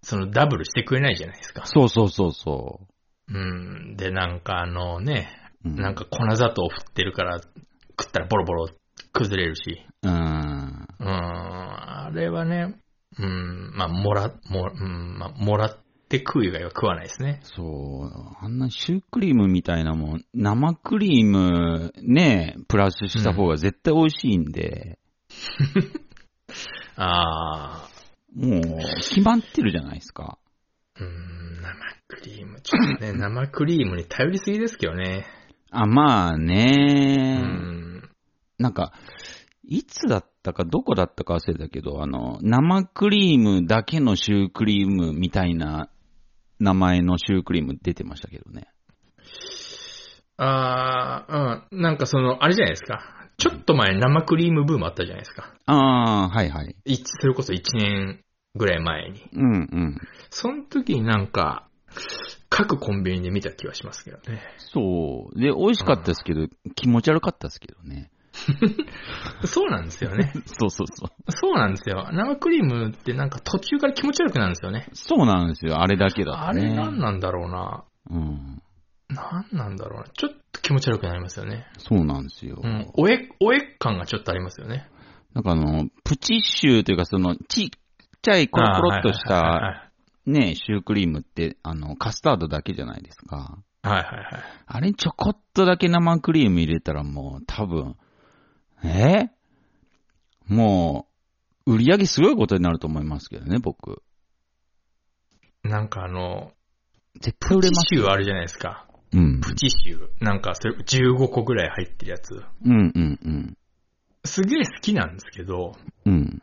そのダブルしてくれないじゃないですか。そうそうそうそうん。で、なんかあのね、う。うなんか、粉砂糖振ってるから、食ったらボロボロ崩れるし。うん。うん、あれはね、うん、まあ、もら、も、うん、まあ、もらって食う以外は食わないですね。そう。あんなシュークリームみたいなもん、生クリームね、プラスした方が絶対美味しいんで、ああ、もう、決まってるじゃないですか。うん、生クリーム、ちょっと (laughs) ね、生クリームに頼りすぎですけどね。あ、まあうね、ん、なんか、いつだったか、どこだったか忘れたけど、あの、生クリームだけのシュークリームみたいな名前のシュークリーム出てましたけどね。ああ、うん、なんかその、あれじゃないですか。ちょっと前生クリームブームあったじゃないですか。ああ、はいはい。一それこそ1年ぐらい前に。うんうん。その時になんか、各コンビニで見た気はしますけどね。そう。で、美味しかったですけど、気持ち悪かったですけどね。そうなんですよね。そうそうそう。そうなんですよ。生クリームってなんか途中から気持ち悪くなるんですよね。そうなんですよ、あれだけだあとね。れなんなんだろうな。うん。なんなんだろうな。ちょっと気持ち悪くなりますよね。そうなんですよ。うん。おえ、おえ感がちょっとありますよね。なんかあの、プチシューというか、その、ちっちゃいコロコロっとしあた、ね、シュークリームって、あの、カスタードだけじゃないですか。ーはいはいはいはい。はいはいはい。あれにちょこっとだけ生クリーム入れたらもう、多分、えーもう、売り上げすごいことになると思いますけどね、僕。なんかあの、絶対プ売れチます。シューあるじゃないですか。うん。プチシュー。なんかそれ15個ぐらい入ってるやつ。うんうんうん。すげえ好きなんですけど、うん。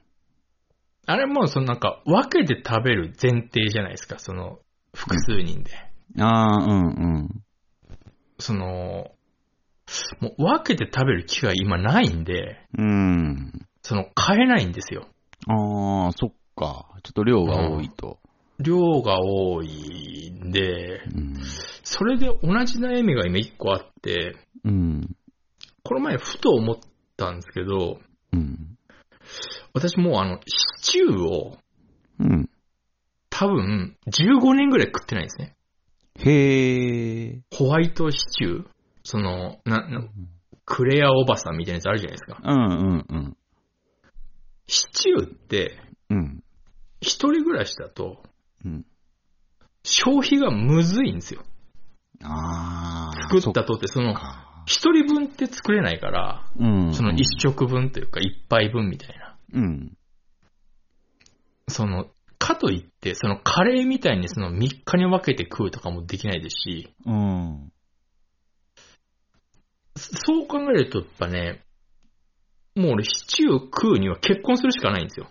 あれもうそのなんか分けて食べる前提じゃないですか。その、複数人で。ああ、うんうん。その、もう分けて食べる機会今ないんで、うん。その買えないんですよ。ああ、そっか。ちょっと量が多いと。量が多いんで、うん。それで同じ悩みが今一個あって、うん。この前ふと思ったんですけど、うん。私もうあの、シチューをうん。多分15年ぐらい食ってないんですね。へえ。ホワイトシチューその、な、なクレアおばさんみたいなやつあるじゃないですか。うんうんうん。シチューって、うん。一人暮らしだと、うん。消費がむずいんですよ。ああ。作ったとって、そそのっ、か。一人分って作れないから、うん。その一食分というか一杯分みたいな。うん。その、かといって、そのカレーみたいにその3日に分けて食うとかもできないですし、うん。そう考えるとやっぱね、もう俺シチュー食うには結婚するしかないんですよ。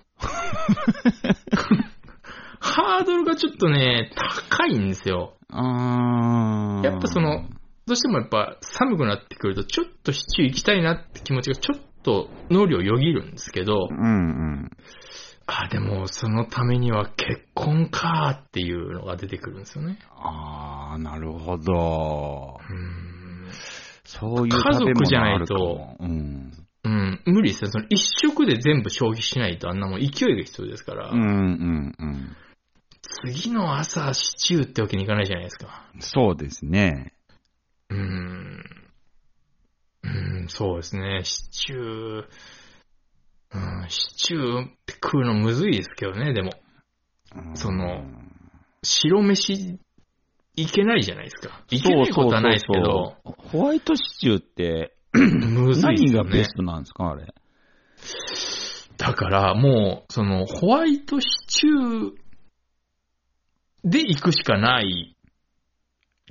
ハードルがちょっとね、高いんですよ。ああ。やっぱその、どうしてもやっぱ寒くなってくると、ちょっとシチュー行きたいなって気持ちがちょっと脳裏をよぎるんですけどう、んうん。あ、でも、そのためには結婚かーっていうのが出てくるんですよね。ああ、なるほど。うーん。そういう家族食べ物じゃないあるかともうん。うん、無理ですね。その一食で全部消費しないとあんなもん勢いが必要ですから、うんうんうん。次の朝シチューってわけにいかないじゃないですか。そうですね。うーん。うーん、そうですね。シチュー、うん、シチューって食うのむずいですけどね、でも。うんその、白飯、いけないじゃないですか。いけないことはないですけど、そうそうそうそうホワイトシチューって、むずいで何すよがね。ベストなんですか、あれ。だから、もう、その、ホワイトシチューで行くしかない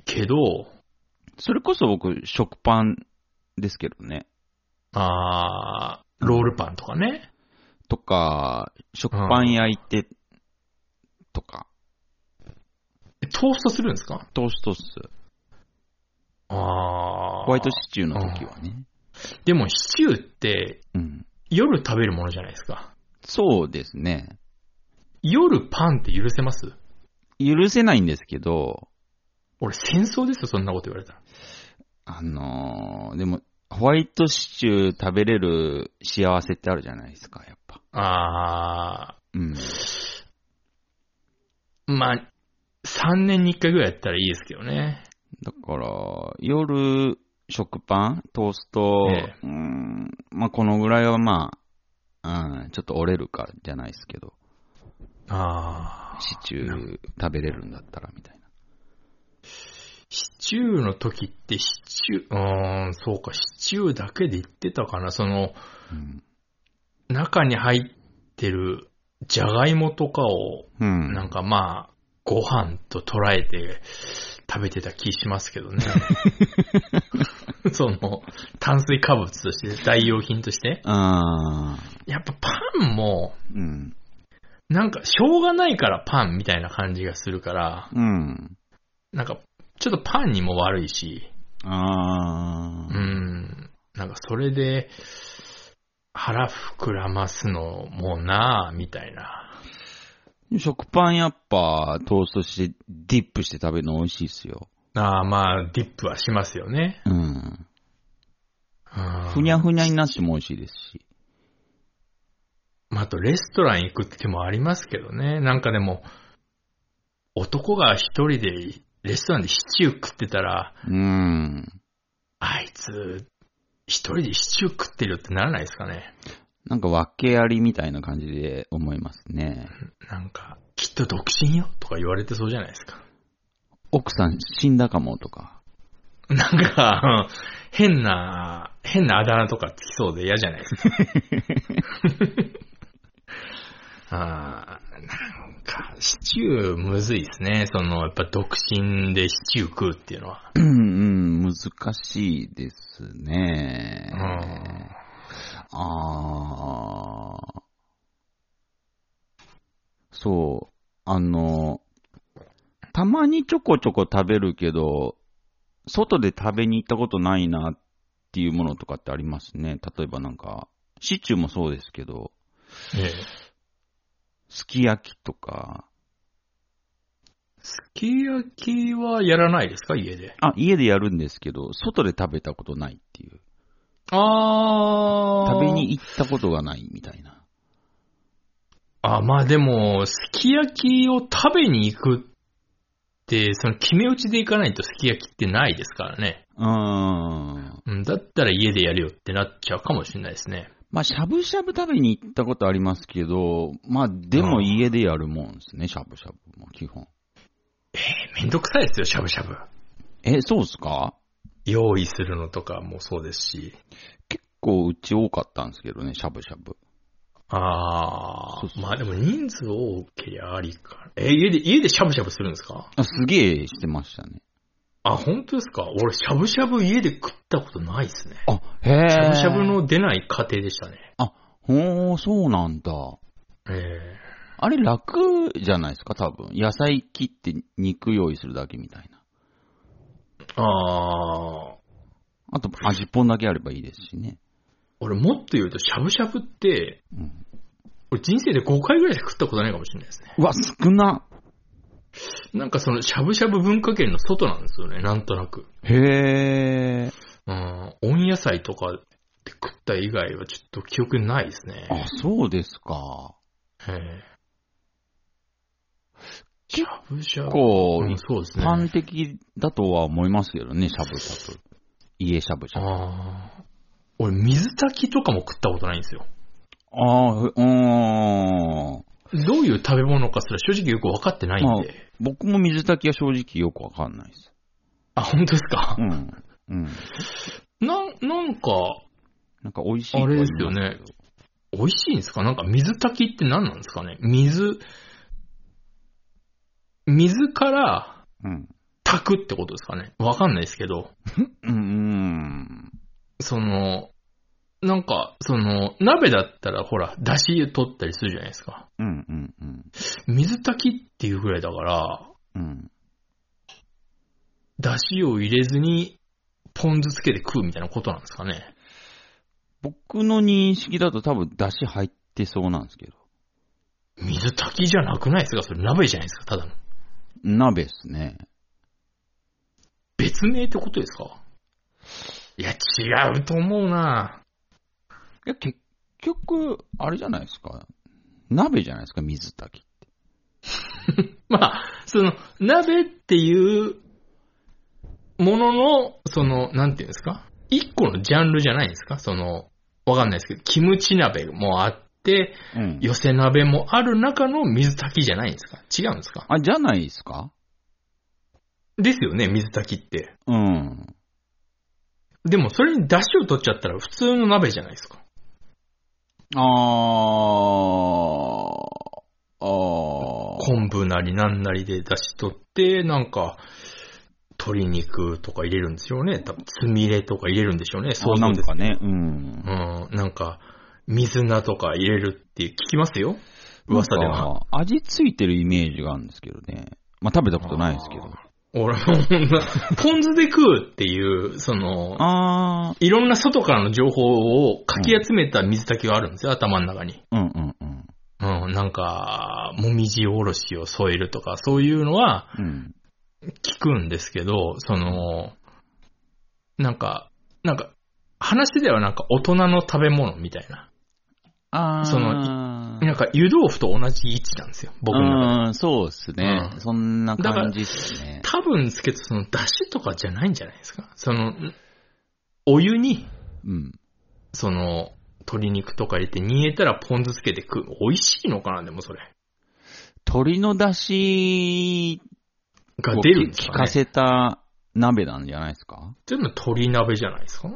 けど、それこそ僕、食パンですけどね。あーロールパンとかね。とか、食パン焼いて、とか、トーストするんですかトーストっす。あーホワイトシチューの時はね。でも、シチューってうん。夜食べるものじゃないですか。そうですね。夜パンって許せます許せないんですけど、俺戦争ですよ、そんなこと言われたら。あのーでも、ホワイトシチュー食べれる幸せってあるじゃないですか、やっぱ。あうん。ー、まあ、3年に1回ぐらいやったらいいですけどね。だから、夜、食パン、トースト、えうーん、まあ、このぐらいはまあ、うん、ちょっと折れるかじゃないですけど、あー、シチュー食べれるんだったらみたいな。シチューの時ってシチュー、うーん、そうか、シチューだけで言ってたかな。その、うん。中に入ってるじゃがいもとかを、うん。なんかまあ、ご飯と捉えて食べてた気しますけどね。その、炭水化物として、代用品として。あやっぱパンも、ーうん。なんか、しょうがないからパンみたいな感じがするから、うん。なんか、ちょっとパンにも悪いし、あうーん、なんかそれで、腹膨らますのもなぁ、みたいな。食パンやっぱトーストして、ディップして食べるの美味しいっすよ。ああ、まあ、ディップはしますよね。うん。うんふにゃふにゃになっても美味しいですし。まあ、あとレストラン行くって手もありますけどね。なんかでも、男が一人でレストランでシチュー食ってたら、うん。あいつ、一人でシチュー食ってるよってならないですかね。なんか訳ありみたいな感じで思いますね。なんか、きっと独身よとか言われてそうじゃないですか。奥さん死んだかもとか。なんか、うん変な、変なあだ名とかつきそうで嫌じゃないです (laughs) か。あーなんか、シチューむずいですね。その、やっぱ独身でシチュー食うっていうのは。うんうん、難しいですね。うんああ。そう。あの、たまにちょこちょこ食べるけど、外で食べに行ったことないなっていうものとかってありますね。例えばなんか、シチューもそうですけど、ええすき焼きとか、すき焼きはやらないですか家で。あ、家でやるんですけど、外で食べたことないっていう。あ食べに行ったことがないみたいな。あ、まあでも、すき焼きを食べに行くって、その決め打ちで行かないとすき焼きってないですからね。うーん。うん、だったら家でやるよってなっちゃうかもしれないですね。まあ、しゃぶしゃぶ食べに行ったことありますけど、まあ、でも家でやるもんですね、しゃぶしゃぶも、基本。えめんどくさいですよ、しゃぶしゃぶ。え、そうっすか用意するのとかもそうですし。結構うち多かったんですけどね、しゃぶしゃぶ。あそうそあ、うまあでも人数多けりゃありか。え、家で、家でしゃぶしゃぶするんですかあ、すげえしてましたね。あ、本当ですか俺、しゃぶしゃぶ家で食ったことないですね。あ、へえ。しゃぶしゃぶ。の出ない家庭でしたね。ほー、そうなんだ。えあれ楽じゃないですか、多分。野菜切って肉用意するだけみたいな。えああ、あと、味ぽんだけあればいいですしね。俺もっと言うと、しゃぶしゃぶって、うん。俺人生で5回ぐらいしか食ったことないかもしれないですね。うわ、少な。なんかその、しゃぶしゃぶ文化圏の外なんですよね、なんとなく。へえ。うん、温野菜とかって食った以外はちょっと記憶にないですね。あ、そうですか。ええしゃぶしゃ結ぶ。構、うん、そうです一ね。般的だとは思いますけどね、しゃぶしゃぶ。家しゃぶしゃぶ。あああ。俺、水炊きとかも食ったことないんですよ。あー、ふうーん。どういう食べ物かすら正直よく分かってないんで。僕も水炊きは正直よくわかんないです。あ、本当ですかう。ん。うん。なん、なんか、なんか美味しいとは言いますけどあれですよ美味しいんですかなんか水炊きって何なんですかね水、水からうん。炊くってことですかねわかんないですけど、うんうん。その、なんか、その、鍋だったらほら、出汁取ったりするじゃないですか。うんうんうん。水炊きっていうぐらいだから、うん。出汁を入れずに、ポン酢つけて食うみたいなことなんですかね僕の認識だと多分出汁入ってそうなんですけど。水炊きじゃなくないですかそれ鍋じゃないですかただの。鍋っすね。別名ってことですかいや、違うと思うないや、結局、あれじゃないですか。鍋じゃないですか、水炊きって。 (laughs) まあ、その、鍋っていうものの、その、なんていうんですか一個のジャンルじゃないですかその、わかんないですけど、キムチ鍋もあって、うん。寄せ鍋もある中の水炊きじゃないんですか違うんですかあ、じゃないですかですよね、水炊きって。うん。でも、それに出汁を取っちゃったら普通の鍋じゃないですか。あー、あー、昆布なりなんなりで出汁取って、なんか、鶏肉とか入れるんですよね。多分、つみれとか入れるんでしょうね。そうなあなんんですかね、うん。うん、なんか、水菜とか入れるって聞きますよ。噂では。なんか味ついてるイメージがあるんですけどね。まあ食べたことないですけど。俺も、ポン酢で食うっていう、その、あいろんな外からの情報をかき集めた水炊きがあるんですよ、頭の中に。ー、うんうんうん。うん、なんか、もみじおろしを添えるとか、そういうのはうん。聞くんですけど、その、なんか、なんか、話ではなんか大人の食べ物みたいな。あー、そのなんか湯豆腐と同じ位置なんですよ、僕の中で。うん、そうですね、うんそんな感じですね。多分ですけど、その、出汁とかじゃないんじゃないですか。その、んお湯に、うん。その、鶏肉とか入れて煮えたらポン酢つけて食う。美味しいのかな、でもそれ。鶏の出汁がを出るんです聞かねか。せた鍋なんじゃないですか全部鶏鍋じゃないですか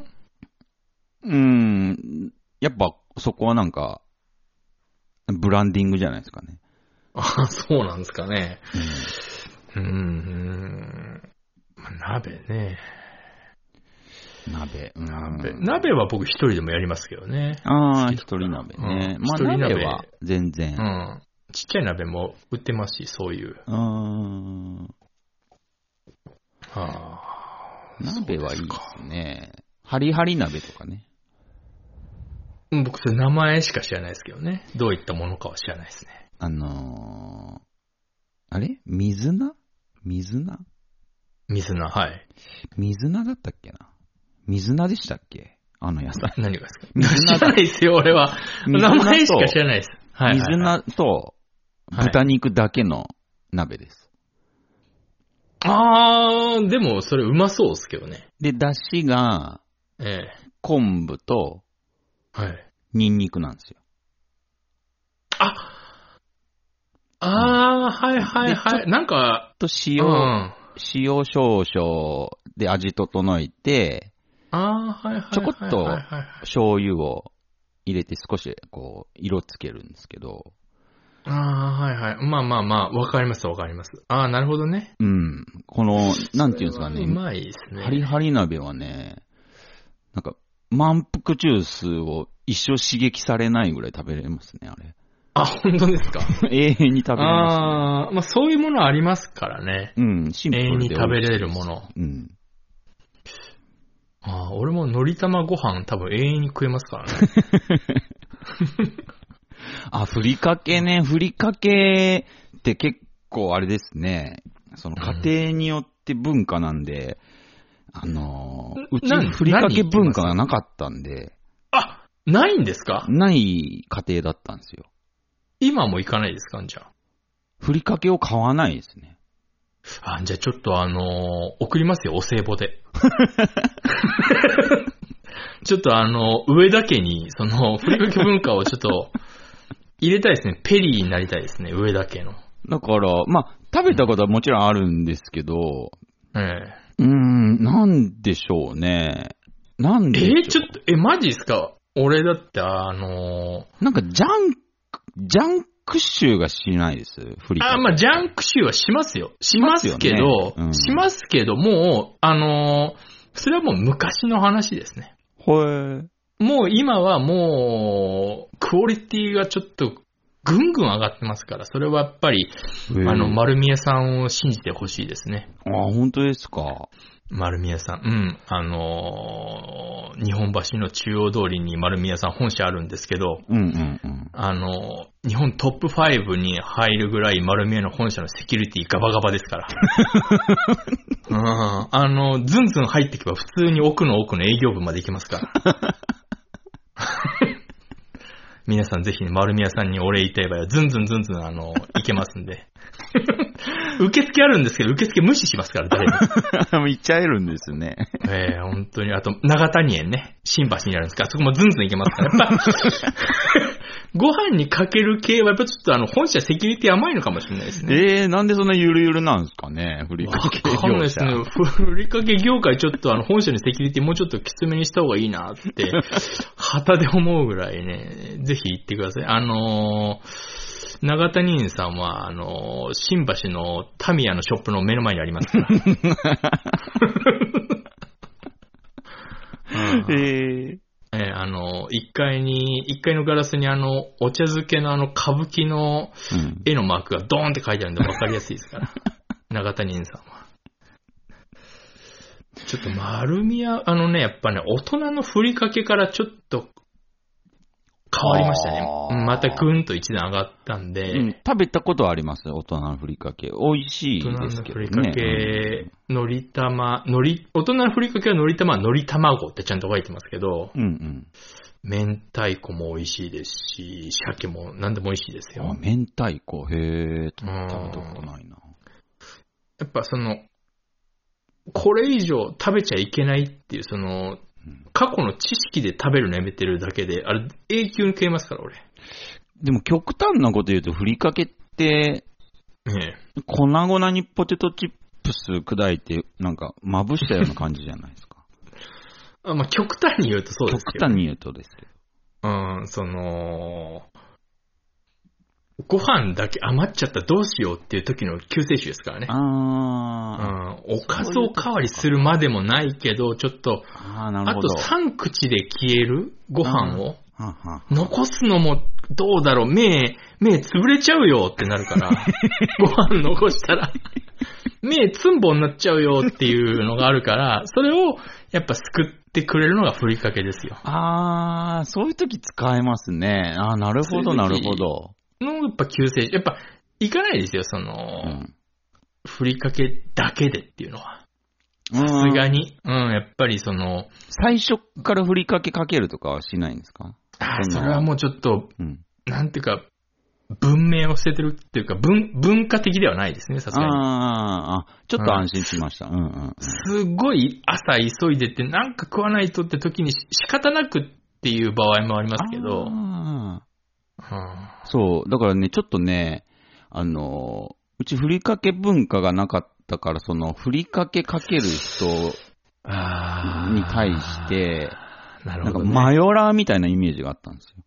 うん。やっぱそこはなんか、ブランディングじゃないですかね。あそうなんですかね。うんうーん。まあ鍋ね。鍋。うん鍋鍋は僕一人でもやりますけどね。ああ、一人鍋ね。うんまあ一人鍋鍋は全然。うん。ちっちゃい鍋も売ってますし、そういう。うーん。あー鍋はいいそうでですかすね。ハリハリ鍋とかね。うん僕、それ名前しか知らないですけどね。どういったものかは知らないですね。あのー、あれ水菜水菜水菜、はい。水菜だったっけな水菜でしたっけあの野 (laughs) 菜。 (laughs) 何がですか水菜知らないですよ、俺は。水名菜と前しか知らないです。はいはいはい水菜とはい豚肉だけの鍋です。あー、でも、それうまそうですけどね。で、出汁がえ昆布とえ。はい。ニンニクなんですよ。ああー、はいはいはい。なんか、とう塩、ん。あ塩少々で味整えて、あー、はいはいはいはいはい。ちょこっと醤油を入れて少しこう、色つけるんですけど、ああ、はいはい。まあまあまあ、わかりますわかります。ああ、なるほどね。うん。この、なんていうんですかねう、まいですね。ハリハリ鍋はね、なんか、満腹ジュースを一生刺激されないぐらい食べれますね、あ (laughs) れ。あ、本当ですか。永遠に食べれまああ、まあそういうものありますからね。すね。うん、シンプ永遠ルにで食べ美味しい。れるもの。うん。ああ、俺ものり玉ご飯多分永遠に食えますからね。 (laughs) あ、ふりかけね、ふりかけって結構あれですね、その家庭によって文化なんで、あのー、うちなふりかけ文化がなかったんで、あ、ないんですかない家庭だったんですよ。今も行かないですかじゃあ。ふりかけを買わないですね。あ、じゃあちょっとあのー送りますよ、お歳暮 (laughs) で。ちょっとあの、上田家に、その、ふりかけ文化をちょっと、入れたいですね。ペリーになりたいですね、上田家の。だから、まあ、食べたことはもちろんあるんですけど、えうーん、なんでしょうね。なんえでえしょうーちょっと、え、マジですか俺だって、あのーなんかジャンク、ジャンク臭がしないです、ふりかけ。あ、まあ、ジャンク臭はしますよ。しますけどしますよね、うんしますけど、もう、あのーそれはもう昔の話ですね。ほえ。もう今はもう、クオリティがちょっとぐんぐん上がってますから、それはやっぱり、あの、丸見えさんを信じてほしいですね。あ、本当ですか。丸見えさん。うん。あのー日本橋の中央通りに丸見えさん本社あるんですけど、うんうんうん。あのー日本トップ5に入るぐらい丸見えの本社のセキュリティガバガバですから。うん。あの、ズンズン入ってけば普通に奥の奥の営業部まで行きますから。 (laughs) 皆さんぜひね丸宮さんにお礼言いたい場合は、ズンズンズンズン、あの、行けますんで。受付あるんですけど、受付無視しますから、誰も。も (laughs) う行っちゃえるんですね。 (laughs) ええ本当に。あと、長谷園ね。新橋にあるんですから、そこもずんずん行けますから。 (laughs) やっぱご飯にかける系は、やっぱちょっとあの、本社セキュリティ甘いのかもしれないですね。えー、なんでそんなゆるゆるなんですかね、ふりわかけかんない業です者。ね。ふりかけ業界ちょっとあの、本社のセキュリティもうちょっときつめにした方がいいなって、旗で思うぐらいね、ぜひ行ってください。あのー、長谷園さんは、あのー、新橋のタミヤのショップの目の前にありますから。うんえー、 (laughs) えーあの、1階に、一階のガラスにあの、お茶漬けのあの、歌舞伎のうん絵のマークがドーンって書いてあるんで分かりやすいです (laughs) から。長谷園さんは。ちょっと丸宮、あのね、やっぱね、大人のふりかけからちょっと変わりましたねあ。ーうんまたぐんと一段上がったんで、うん食べたことはあります、大人のふりかけ。美味し大人いのですけどふね。りかけ、のり玉、のり、大人のふりかけはのり玉、のり卵ってちゃんと書いてますけど、うんうん。明太子も美味しいですし、鮭も何でも美味しいですあよ。明太子、へえ、食うべんたことないな。やっぱその、これ以上食べちゃいけないっていう、その、うん過去の知識で食べるのやめてるだけで、あれ、永久に食えますから、俺。でも極端なこと言うと、ふりかけって、え粉々にポテトチップス砕いて、なんか、まぶしたような感じじゃないですか。え。あまあ、極端に言うと (laughs) そうですけ極ど。端に言うとですけど。うん、その、ご飯だけ余っちゃったらどうしようっていう時の救世主ですからね。うあー、ん、おかずおかわりするまでもないけど、ちょっと、あーなあるほとど。 3口で消えるご飯を、はんはん残すのもどうだろう、目、目潰れちゃうよってなるから、 (laughs) ご飯残したら、目つんぼになっちゃうよっていうのがあるから、それをやっぱ救ってくれるのがふりかけですよ。あー、そういう時使えますね。あー、なるほど、なるほど。の、やっぱ救世主、やっぱ、いかないですよ、その、うんふりかけだけでっていうのは。さうすんがに。うん、やっぱりその、最初からふりかけかけるとかはしないんですかあーそんなそれはもうちょっと、うん。なんていうか、文明を捨ててるっていうか、文、文化的ではないですね、さすがに。あーあ、ちょっと安心しました。うんうん。すごい朝急いでて、なんか食わないとって時にし仕方なくっていう場合もありますけど、あうんーそう、だからね、ちょっとね、あのー、うちふりかけ文化がなかったから、その、ふりかけかける人に対して、なるなんほかど、マね。ヨラーみたいなイメージがあったんですよ。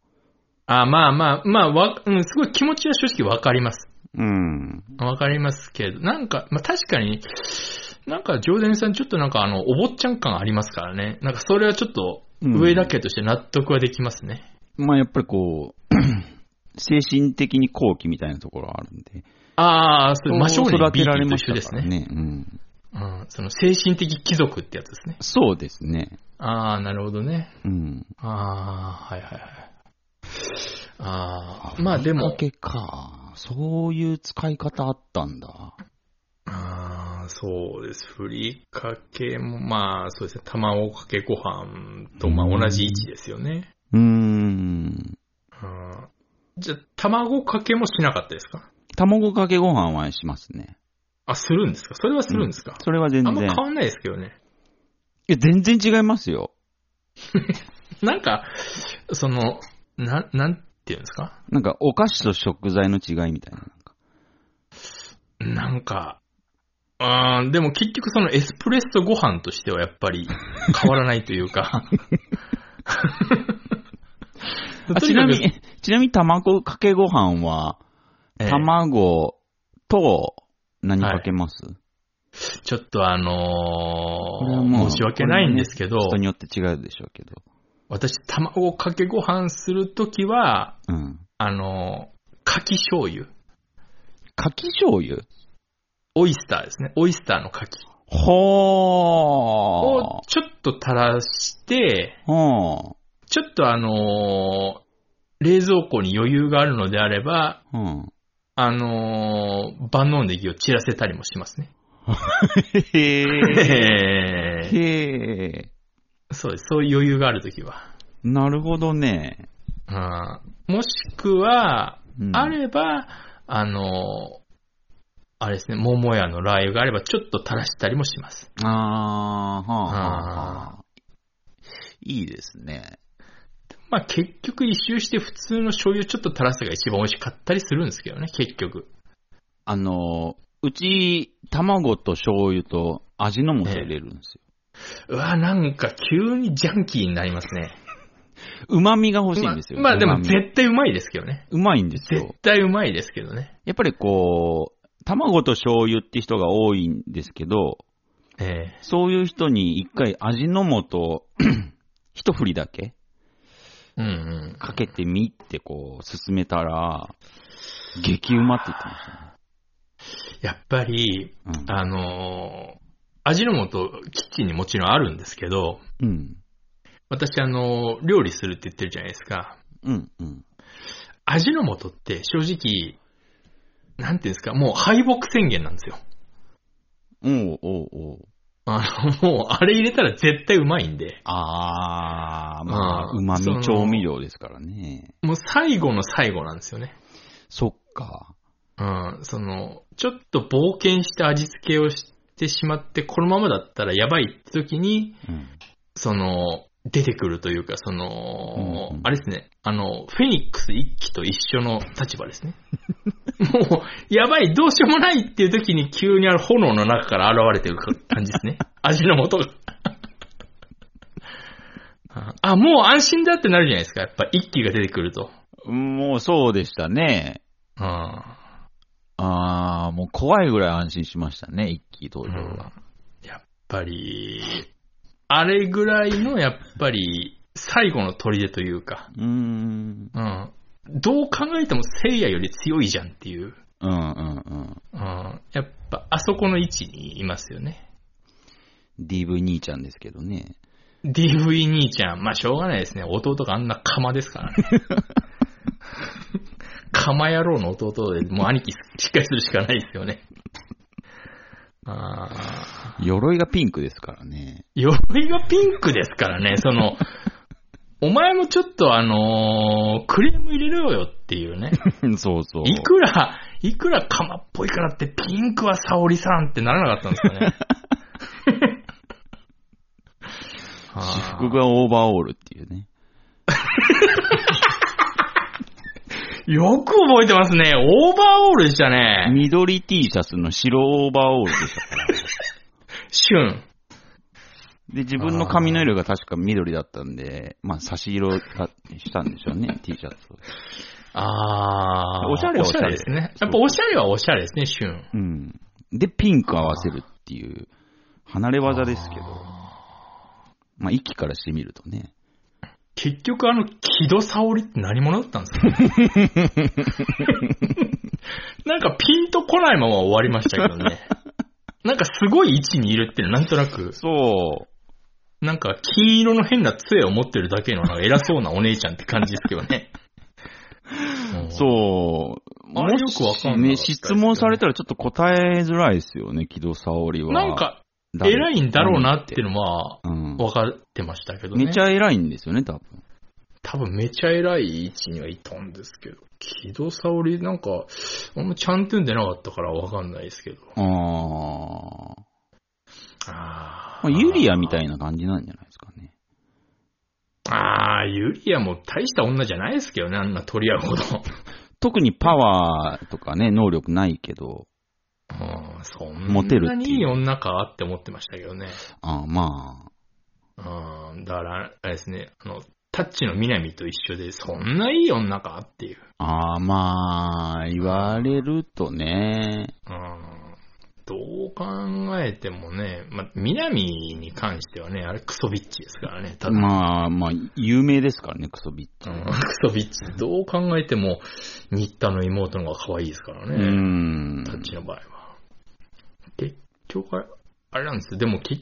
あまあまあ、まあわ、うん、すごい気持ちは正直わかります。うん。わかりますけど、なんか、まあ確かに、なんか、上田さん、ちょっとなんか、あの、お坊ちゃん感ありますからね。なんか、それはちょっと、上だけとして納得はできますね。まあやっぱりこう、 (clears throat) 精神的に後期みたいなところはあるんで。ああ、それ、魔性育にて B られとま一緒でしたすからね。ね。うん。うん、その、精神的貴族ってやつですね。そうですね。ああ、なるほどね。うん。ああ、はいはいはい。ああ、まあでもふ、りかけか。そういう使い方あったんだ。ああ、そうです。ふりかけも、まあそうですね。卵かけご飯と、まうんあ同じ位置ですよね。うーん。うんじゃあ、卵かけもしなかったですか卵かけご飯はしますね。あ、するんですかそれはするんですか、それは全あんま然。い変わんないですけどね。や、全然違いますよ。なんか、その、な、なんていうんですかなんか、お菓子と食材の違いみたいな。ななんかんか、あーでも結局そのエスプレッソご飯としてはやっぱり変わらないという (laughs) か。あとちにかなくみに、 (laughs) ちなみに卵かけご飯は、ええ卵と、何かけます、ちょっとあこれはのもうー申し訳ないんですけど、人によって違うでしょうけど。私、卵かけご飯するときは、うん。あのー柿醤油。柿醤油オイスターですね。オイスターの柿ほをちょっと垂らして、ー。うん。ちょっとあのー冷蔵庫に余裕があるのであれば、うん。あのー万能ネギを散らせたりもしますね。へー。えーへ (laughs) ー。そうです。そういう余裕があるときは。なるほどね。うんもしくは、うんあれば、あの、あれですね、桃屋のラー油があれば、ちょっと垂らしたりもします。あー、はあ、はあはあ。いいですね。まあ結局一周して普通の醤油ちょっと垂らすが一番美味しかったりするんですけどね、結局。あの、うち、卵と醤油と味の素入れるんですうよ。わ、なんか急にジャンキーになりますね。旨味が欲しいんですよ。まあまあで旨も味絶対うまいですけどね。うまいんです絶よ。対うまいですけどね。やっぱりこう、卵と醤油って人が多いんですけど、えそういう人に一回味の素、 (clears throat) 一振りだけえうんうん。かけてみってこう、勧めたら、激うまって言ってまやっぱり、したね。あのー味の素、キッチンにもちろんあるんですけど、うん。うん。私、あの、料理するって言ってるじゃないですか。うん。うん。味の素って正直、なんていうんですか、もう敗北宣言なんですよ。おうおうおう。あの、もう、あれ入れたら絶対うまいんで、あー、まあ、うんうまそのみ調味料ですからね。もう最後の最後なんですよね。そっか。うん、その、ちょっと冒険して味付けをしてしまって、このままだったらやばいって時に、うん。その、出てくるというか、その、うんうんあれですね、あの、フェニックス一期と一緒の立場ですね。 (laughs) もう、やばい、どうしようもないっていう時に急にあの炎の中から現れてる感じです (laughs) ね。味の素が。 (laughs) ああ、もう安心だってなるじゃないですか。やっぱ一期が出てくると。もうそうでしたね。うん。あー、もう怖いぐらい安心しましたね、一気う登場んが。やっぱり、あれぐらいのやっぱり最後の砦というか。うーん。うん。どう考えても聖夜より強いじゃんっていう。うんうんうん。うん。やっぱ、あそこの位置にいますよね。 DV 兄ちゃんですけどね。 DV 兄ちゃん、まあしょうがないですね。弟があんな釜ですからね。釜野郎の弟で、もう兄貴しっかりするしかないですよね。ああ。鎧がピンクですからね。鎧がピンクですからね、その、お前もちょっとあのークレーム入れろよっていうね。 (laughs) そうそう。いくら、いくら釜っぽいからってピンクは沙織さんってならなかったんですかね。 (laughs) 私私服がオーバーオールっていうね。よく覚えてますね。オーバーオールでしたね。緑 T シャツの白オーバーオールでした (laughs) から。旬。で、自分の髪の色が確か緑だったんで、まあ、差し色がしたんでしょう (laughs) ね、T シャツを。あー。おしゃれはおしゃれですね。やっぱおしゃれはおしゃれですね、旬。うん。で、ピンク合わせるっていう、離れ技ですけど。まあ、息からしてみるとね。結局あの、木戸沙織って何者だったんですかね (laughs) なんかピンとこないまま終わりましたけどね。なんかすごい位置にいるってなんとなく。そなんか、金色の変な杖を持ってるだけの、なんか偉そうなお姉ちゃんって感じですけどね。 (laughs) う。うん。そう。あれよくわかんなかったですよねもしね、質問されたらちょっと答えづらいですよね、木戸沙織は。なんか、誰、偉いんだろうなっていうのは、うん。わかってましたけどね。めちゃ偉いんですよね、多分。多分めちゃ偉い位置にはいたんですけど、木戸沙織なんか、あんまちゃんと読んでなかったからわかんないですけど。あー。あまあ、ユリアみい。たいな感じなんじゃないですかね。あー、ユリアも大した女じゃないですけどね、あんな取り合うほど。特にパワーとかね、能力ないけど、うん、そモテんるなっていにういい女かって思ってましたけどね。あーまあ、うん、だから、あれですね、あの、タッチの南と一緒で、そんないい女かっていう。あーまあ、言われるとね、うん。どう考えてもね、まあ、南に関してはね、あれクソビッチですからね、ただ。まあ、まあ、有名ですからね、クソビッチ。うんクソビッチ、どう考えても、新田の妹の方が可愛いですからうね。ん。タッチの場合は。結局あれ、あれなんですよ。でもけ、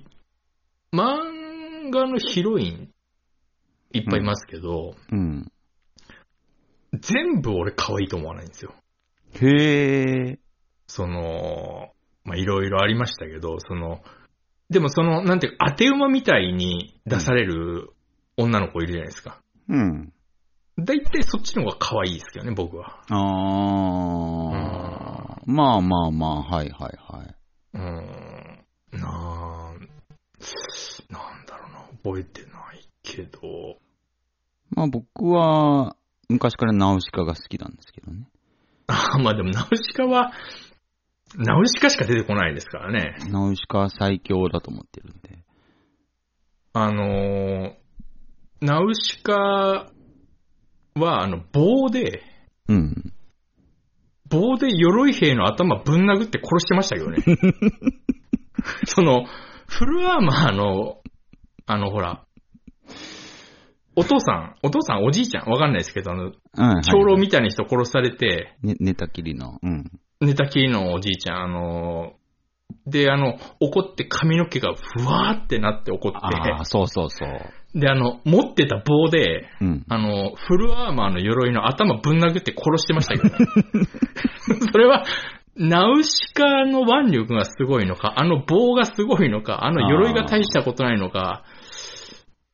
漫画のヒロイン、いっぱいいますけど、うん。全部俺可愛いと思わないんですよ。へえ。その、まあ、いろいろありましたけど、その、でもその、なんていうか、当て馬みたいに出される女の子いるじゃないですか。うん。だいたいそっちの方が可愛いですけどね、僕は。あー。まあまあまあ、はいはいはい。うーん、なあなんだろうな、覚えてないけど、 (laughs) まあ僕は、昔からナウシカが好きなんですけどね。あまあでも、ナウシカは、ナウシカしか出てこないですからね。ナウシカは最強だと思ってるんで。あのーナウシカは、あの、棒で、うん。棒で鎧兵の頭ぶん殴って殺してましたけどね。その、フルアーマーの、あの、ほら、お父さん、お父さん、おじいちゃん、わかんないですけど、あの、うん。長老はいみたいな人殺されて、ね、寝たきりの。うん。寝たきりのおじいちゃん、あのーで、あの、怒って髪の毛がふわーってなって怒ああ、っそうそうそう。て、で、あの、持ってた棒で、うん。あの、フルアーマーの鎧の頭ぶん殴って殺してましたけどね、 (laughs) それは、ナウシカの腕力がすごいのか、あの棒がすごいのか、あの鎧が大したことないのか、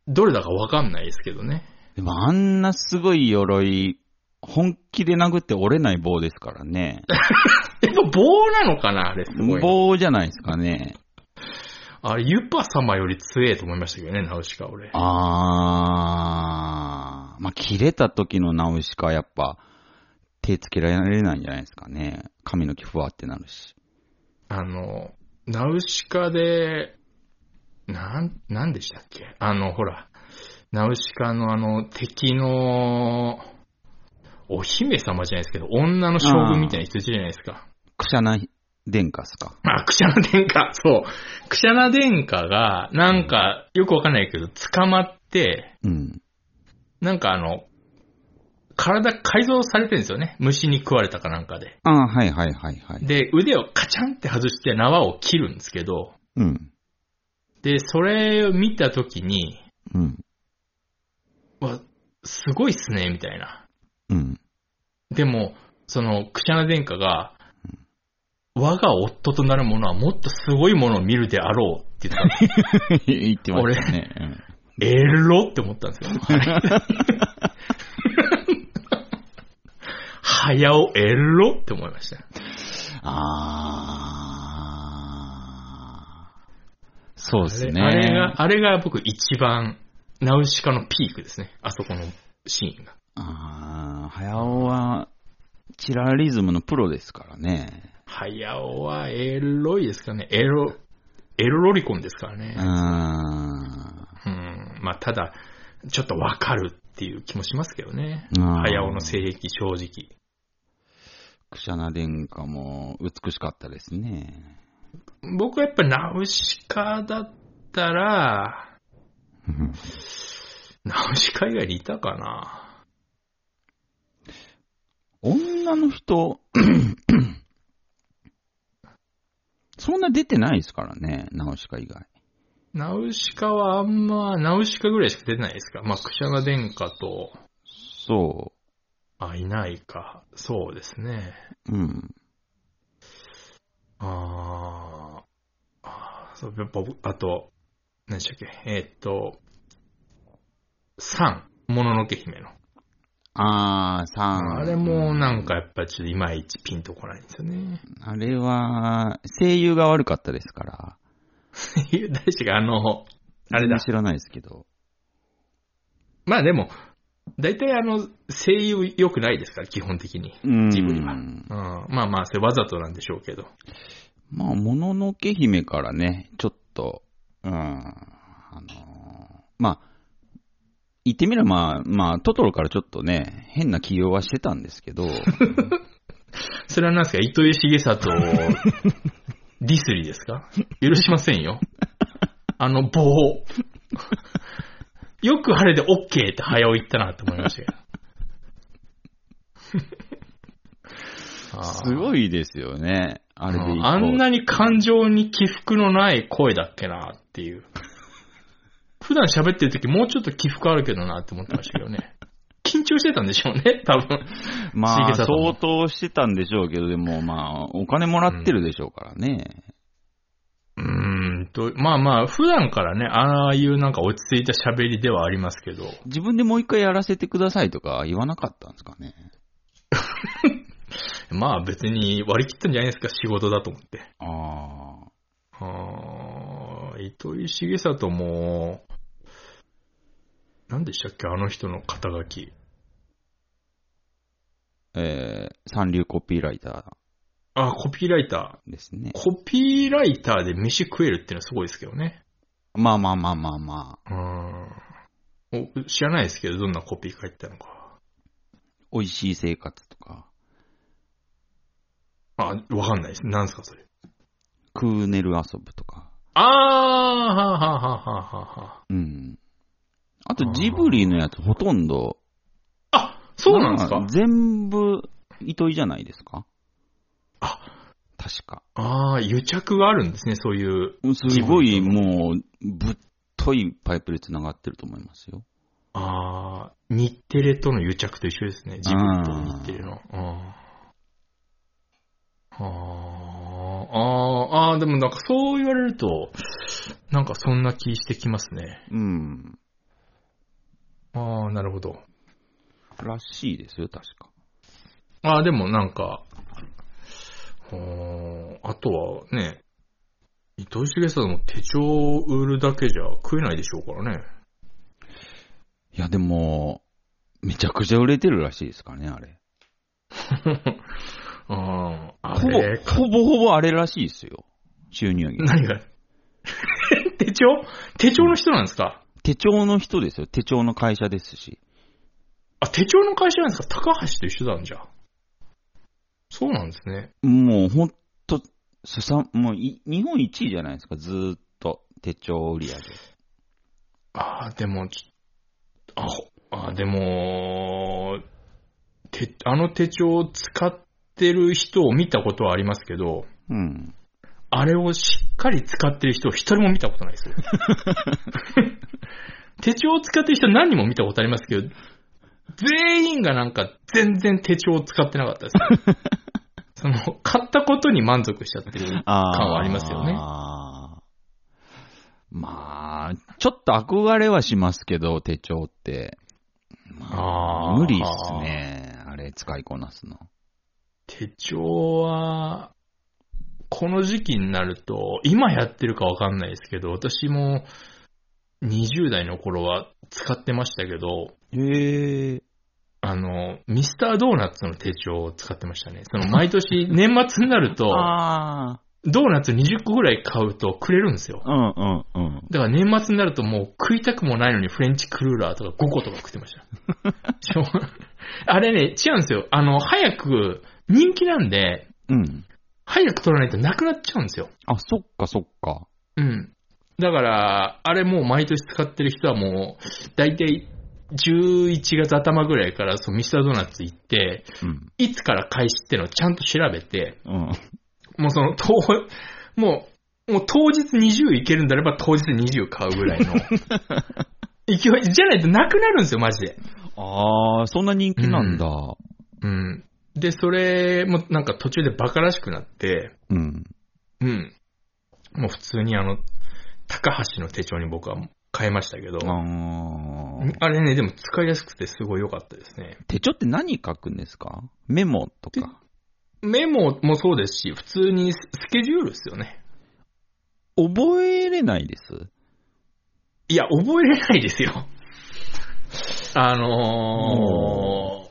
どれだかわかんないですけどね。でもあんなすごい鎧、本気で殴って折れない棒ですからね。やっぱ棒なのかな、あれすごいの。棒じゃないですかね。あれ、ユパ様より強えと思いましたけどね、ナウシカ俺。あー。まあ、切れた時のナウシカはやっぱ、手つけられないんじゃないですかね。髪の毛ふわってなるし。あの、ナウシカで、なん、なんでしたっけあの、ほら、ナウシカのあの、敵の、お姫様じゃないですけど、女の将軍みたいな人いるじゃないですか。くしゃな殿下っすか。あ、クシャナ殿下、そう。クシャナ殿下が、なんか、よくわかんないけど、捕まって、うん。なんかあの、体改造されてるんですよね。虫に食われたかなんかで。ああ、はいはいはいはい。で、腕をカチャンって外して縄を切るんですけど、うん。で、それを見たときに、うん。わ、すごいっすね、みたいな。うん。でも、その、クシャナ殿下が、我が夫となる者はもっとすごいものを見るであろうって言ったの (laughs) 言ってましたね。うん (laughs) エロって思ったんですよ。 (laughs) 早尾エロって思いました。あー。そうですね。あれあれが、あれが僕一番、ナウシカのピークですね。あそこのシーンが。あー、早尾は、チラリズムのプロですからね。早尾はエロいですからね。エロ、エロロリコンですからね。うーうん。ん、まあ、ただ、ちょっとわかるっていう気もしますけどね。あー早尾の性癖、正直。クシャナ殿下も美しかったですね。僕はやっぱナウシカだったら、ナウシカ以外にいたかな。女の人、 (coughs) そんな出てないですからね、ナウシカ以外。ナウシカはあんま、ナウシカぐらいしか出てないですか。まあ、クシャナ殿下と、そあ、いないか。そうですね。う。うん。あーあー、そう、やっぱ僕あと、何でしたっけ、えーっと、サン、もののけ姫の。あー、さん。あれもなんかやっぱちょっといまいちピンとこないんですよね。あれは、声優が悪かったですから。いや大志があの、あれだ。知らないですけど。まあでも、大体あの、声優良くないですから、基本的に。うんジブリは。うん、まあまあ、それわざとなんでしょうけど。まあ、もののけ姫からね、ちょっと、うん、あのーまあ、言ってみれば、まあ、まあ、トトロからちょっとね、変な起用はして (laughs) たんですけど、 (laughs) それはなんですか、糸井重里をディスリですか許しませんよ。あの棒。よくあれで OK って早う言ったなって思いましたけど。 (laughs) あーすごいですよね。あれでうん一個あんなに感情に起伏のない声だっけなっていう。 (laughs) 普段喋ってる時もうちょっと起伏あるけどなって思ってましたけどね。緊張してたんでしょうね、多分。ま茂あ、里も相当してたんでしょうけど、でもまあ、お金もらってるでしょうからね。うーんと、まあまあ、普段からね、ああいうなんか落ち着いた喋りではありますけど、自分でもう一回やらせてくださいとか言わなかったんですかね。まあ別に割り切ったんじゃないですか、仕事だと思って。ああ。あー糸井重里も、何でしたっけ、あの人の肩書き。えー、三流コピーライタあ、コピーライターですねー。。コピーライターで飯食えるっていうのはすごいですけどね。まあまあまあまあまあ、うん。お知らないですけど、どんなコピー書いてたのか。美味しい生活とか、あ、わかんないです。何すか、それ。クーネル遊ぶとか。あー、はあはあはあはあはあ。うん。あとジブリのやつほとんど、あ、そうなんですまかあ全部、糸井じゃないですかあ、確か。ああ、癒着があるんですね、そういう。すごいもう、ぶっといパイプで繋がってると思いますよ。ああ、日テレとの癒着と一緒ですね、ジブリと日テレの。あーあー、あーあー、でもなんかそう言われると、なんかそんな気してきますね。うん。ああ、なるほど。らしいですよ、確か。ああ、でもなんか、うーんあとはね、伊藤重さんも手帳を売るだけじゃ食えないでしょうからね。いや、でも、めちゃくちゃ売れてるらしいですからね、あれ。うん。あほぼれ、、ほぼほぼあれらしいですよ。収入源。何が (laughs) 手帳手帳の人なんですか、手帳の人ですよ。手帳の会社ですし。あ、手帳の会社なんですか高橋と一緒なんじゃ。そうなんですね。もうほんと、すさもうい、日本一位じゃないですか、ずーっと。手帳売り上げ。ああ、でも、ちょあ、ほあでも、て、あの手帳を使ってる人を見たことはありますけど、うん。あれをしっかり使ってる人を一人も見たことないですよ。手帳を使ってる人何人も見たことありますけど、全員がなんか全然手帳を使ってなかったです。その、買ったことに満足しちゃってる。あ感はありますよねあーまあ、ちょっと憧れはしますけど、手帳って。まああ、ー無理っすね。あれ、使いこなすの。手帳は、この時期になると、今やってるかわかんないですけど、私も20代の頃は使ってましたけど、へえ。あの、ミスタードーナツの手帳を使ってましたね。その、毎 (laughs) 年年末になると、あドーナツ20個ぐらい買うとくれるんですよあ。。うんうんうん。だから年末になるともう食いたくもないのにフレンチクルーラーとか5個とか食って (laughs) ました。しょうあれね、違うんですよ。あの、早く、人気なんで、うん。早く取らないとなくなっちゃうんですよ。あ、そっかそっか。うん。だから、あれもう毎年使ってる人はもう、だいたい11月頭ぐらいからそのミスタードーナツ行って、うん。いつから開始ってのをちゃんと調べて、うん。もうその、当もう、もう当日20いけるんだれば当日20買うぐらいの勢い、じゃないとなくなるんですよ、マジで。ああ、そんな人気なんだ。うん。で、それもなんか途中でバカらしくなって、うん。うん。もう普通にあの、高橋の手帳に僕は変えましたけど、ああ。あれね、でも使いやすくてすごい良かったですね。手帳って何書くんですかメモとか。メモもそうですし、普通にススケジュールですよね。覚えれないです。いや、覚えれないですよ。あの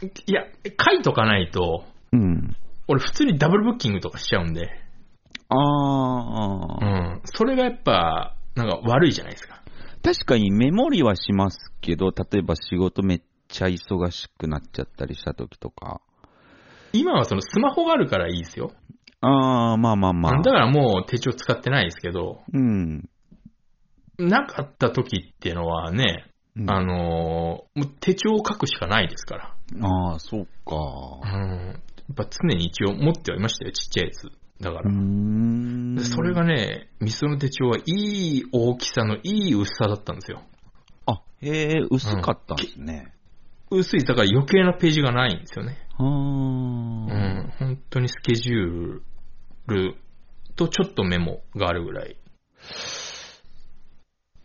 ー、いや、書いとかないと、うん。俺普通にダブルブッキングとかしちゃうんで、あうあ、ん。それがやっぱ、なんか悪いじゃないですか。確かにメモりはしますけど、例えば仕事めっちゃ忙しくなっちゃったりした時とか。今はそのスマホがあるからいいですよ。ああ、まあまあまあ。だからもう手帳使ってないですけど、うん。なかった時っていうのはね、うんあのーもう手帳を書くしかないですから。ああ、そううん。か。やっぱ常に一応持ってはいましたよ、ちっちゃいやつ。だかうら。ーん。でそれがね、ミスの手帳はいい大きさのいい薄さだったんですよ。あ、へえ、薄かったんですね。薄い、だから余計なページがないんですよね。あうーん。本当にスケジュールとちょっとメモがあるぐらい。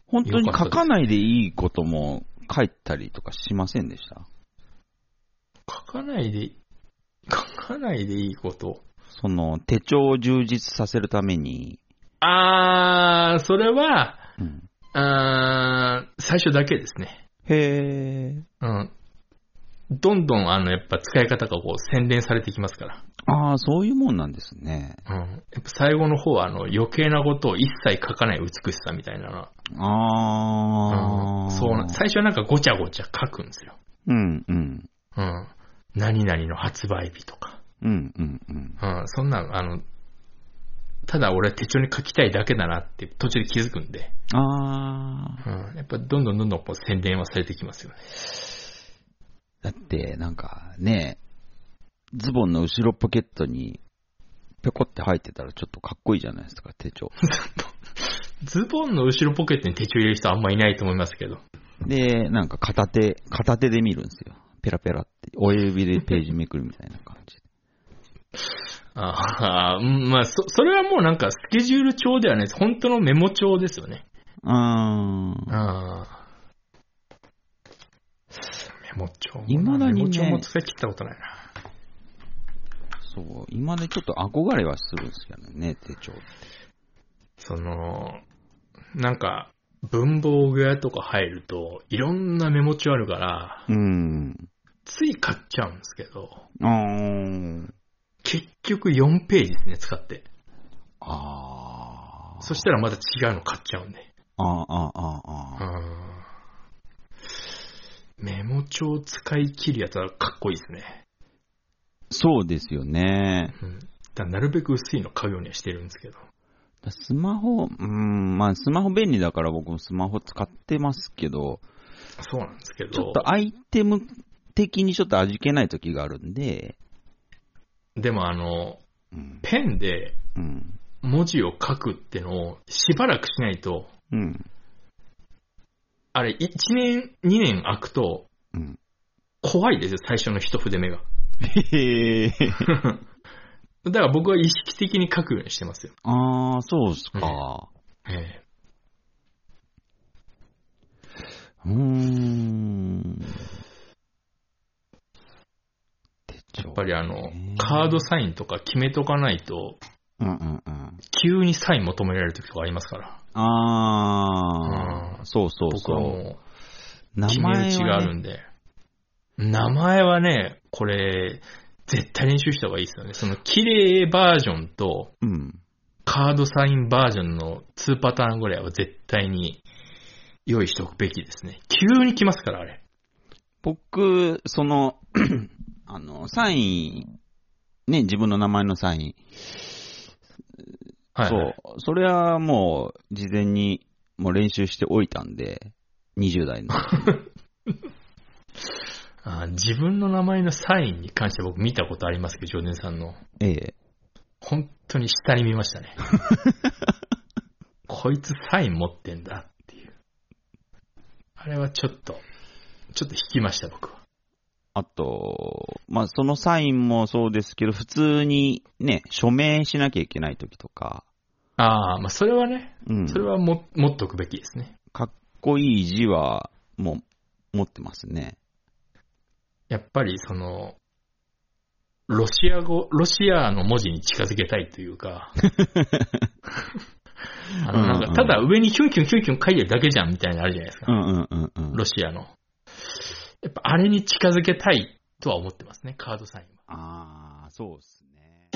本当に書かないでいいことも書いたりとかしませんでした書かない (laughs) で、書かないでいいこと。その手帳を充実させるために。あー、それは、うん、あー最初だけですね。へえ。うん。どんどん、あの、やっぱ使い方がこう、洗練されていきますから。ああ、そういうもんなんですね。うん。やっぱ最後の方は、あの、余計なことを一切書かない美しさみたいなのはああ、うんそうな、最初はなんかごちゃごちゃ書くんですよ。うんうん。うん。何々の発売日とか。うんうんうん。うん、そんな、あの、ただ俺は手帳に書きたいだけだなって途中で気づくんで、ああ。うん、やっぱどんどんどんどんこう宣伝はされてきますよね。だって、なんかね、ズボンの後ろポケットに、ぴょこって入ってたらちょっとかっこいいじゃないですか、手帳。ズボンの後ろポケットに手帳入れる人あんまいないと思いますけど。で、なんか片手、片手で見るんですよ。ペラペラって。親指でページめくるみたいな感じ。ああ、 (laughs) うんまあそ、それはもうなんかスケジュール帳ではないです。本当のメモ帳ですよね。あーああ。メモ帳もな。未だにねメモ帳も使い切ったことないな。そう。今でちょっと憧れはするんですけどね、手帳。その、なんか、文房具屋とか入ると、いろんなメモ帳あるから、うん。つい買っちゃうんですけど、あー結局4ページですね、使って。あー。そしたらまた違うの買っちゃうんで。あーあーあーうあー。んメモ帳使い切るやつはかっこいいですね。そうですよね。うん。だからなるべく薄いの買うようにはしてるんですけど。スマホ、うん、まあスマホ便利だから僕もスマホ使ってますけど、そうなんですけど。ちょっとアイテム的にちょっと味気ない時があるんで、でもあの、うん。ペンでうん。文字を書くってのをしばらくしないと、うん。あれ、1年、2年空くと、うん。怖いですよ、最初の一筆目が。へえ。だから僕は意識的に書くようにしてますよ。ああ、そうっすか。えうーん。手帳。やっぱりあのね、カードサインとか決めとかないと、うんうんうん。急にサイン求められる時とかありますから。うああ、んそうそう僕はそう。もう、名決め打ちがあはるねんで。名前はね、これ、絶対練習した方がいいですよね。その、綺麗バージョンと、うん。カードサインバージョンの2パターンぐらいは絶対に用意しておくべきですね。急に来ますから、あれ。僕、その、 (clears throat) あの、サイン、ね、自分の名前のサイン。はい。そう。それはもう、事前に、もう練習しておいたんで、20 (laughs) 代の。あー自分の名前のサインに関して僕見たことありますけど、ジョーデンさんの。ええ。本当に下に見ました (laughs) ね。こいつサイン持ってんだっていう。あれはちょっと、ちょっと引きました、僕は。あと、まあ、そのサインもそうですけど、普通にね、署名しなきゃいけない時とか、ああ、まあそれはね、うん。それはも、持っとくべきですね。かっこいい字は、もう、持ってますね。やっぱりその、ロシア語、ロシアの文字に近づけたいという (laughs) か、あのなんうんうかんただ上にキュンキュンキュンキュン書いてるだけじゃんみたいなのあるじゃないですかう。んうんうんうん。ロシアの。やっぱあれに近づけたいとは思ってますね、カードサインは。ああ、そうですね。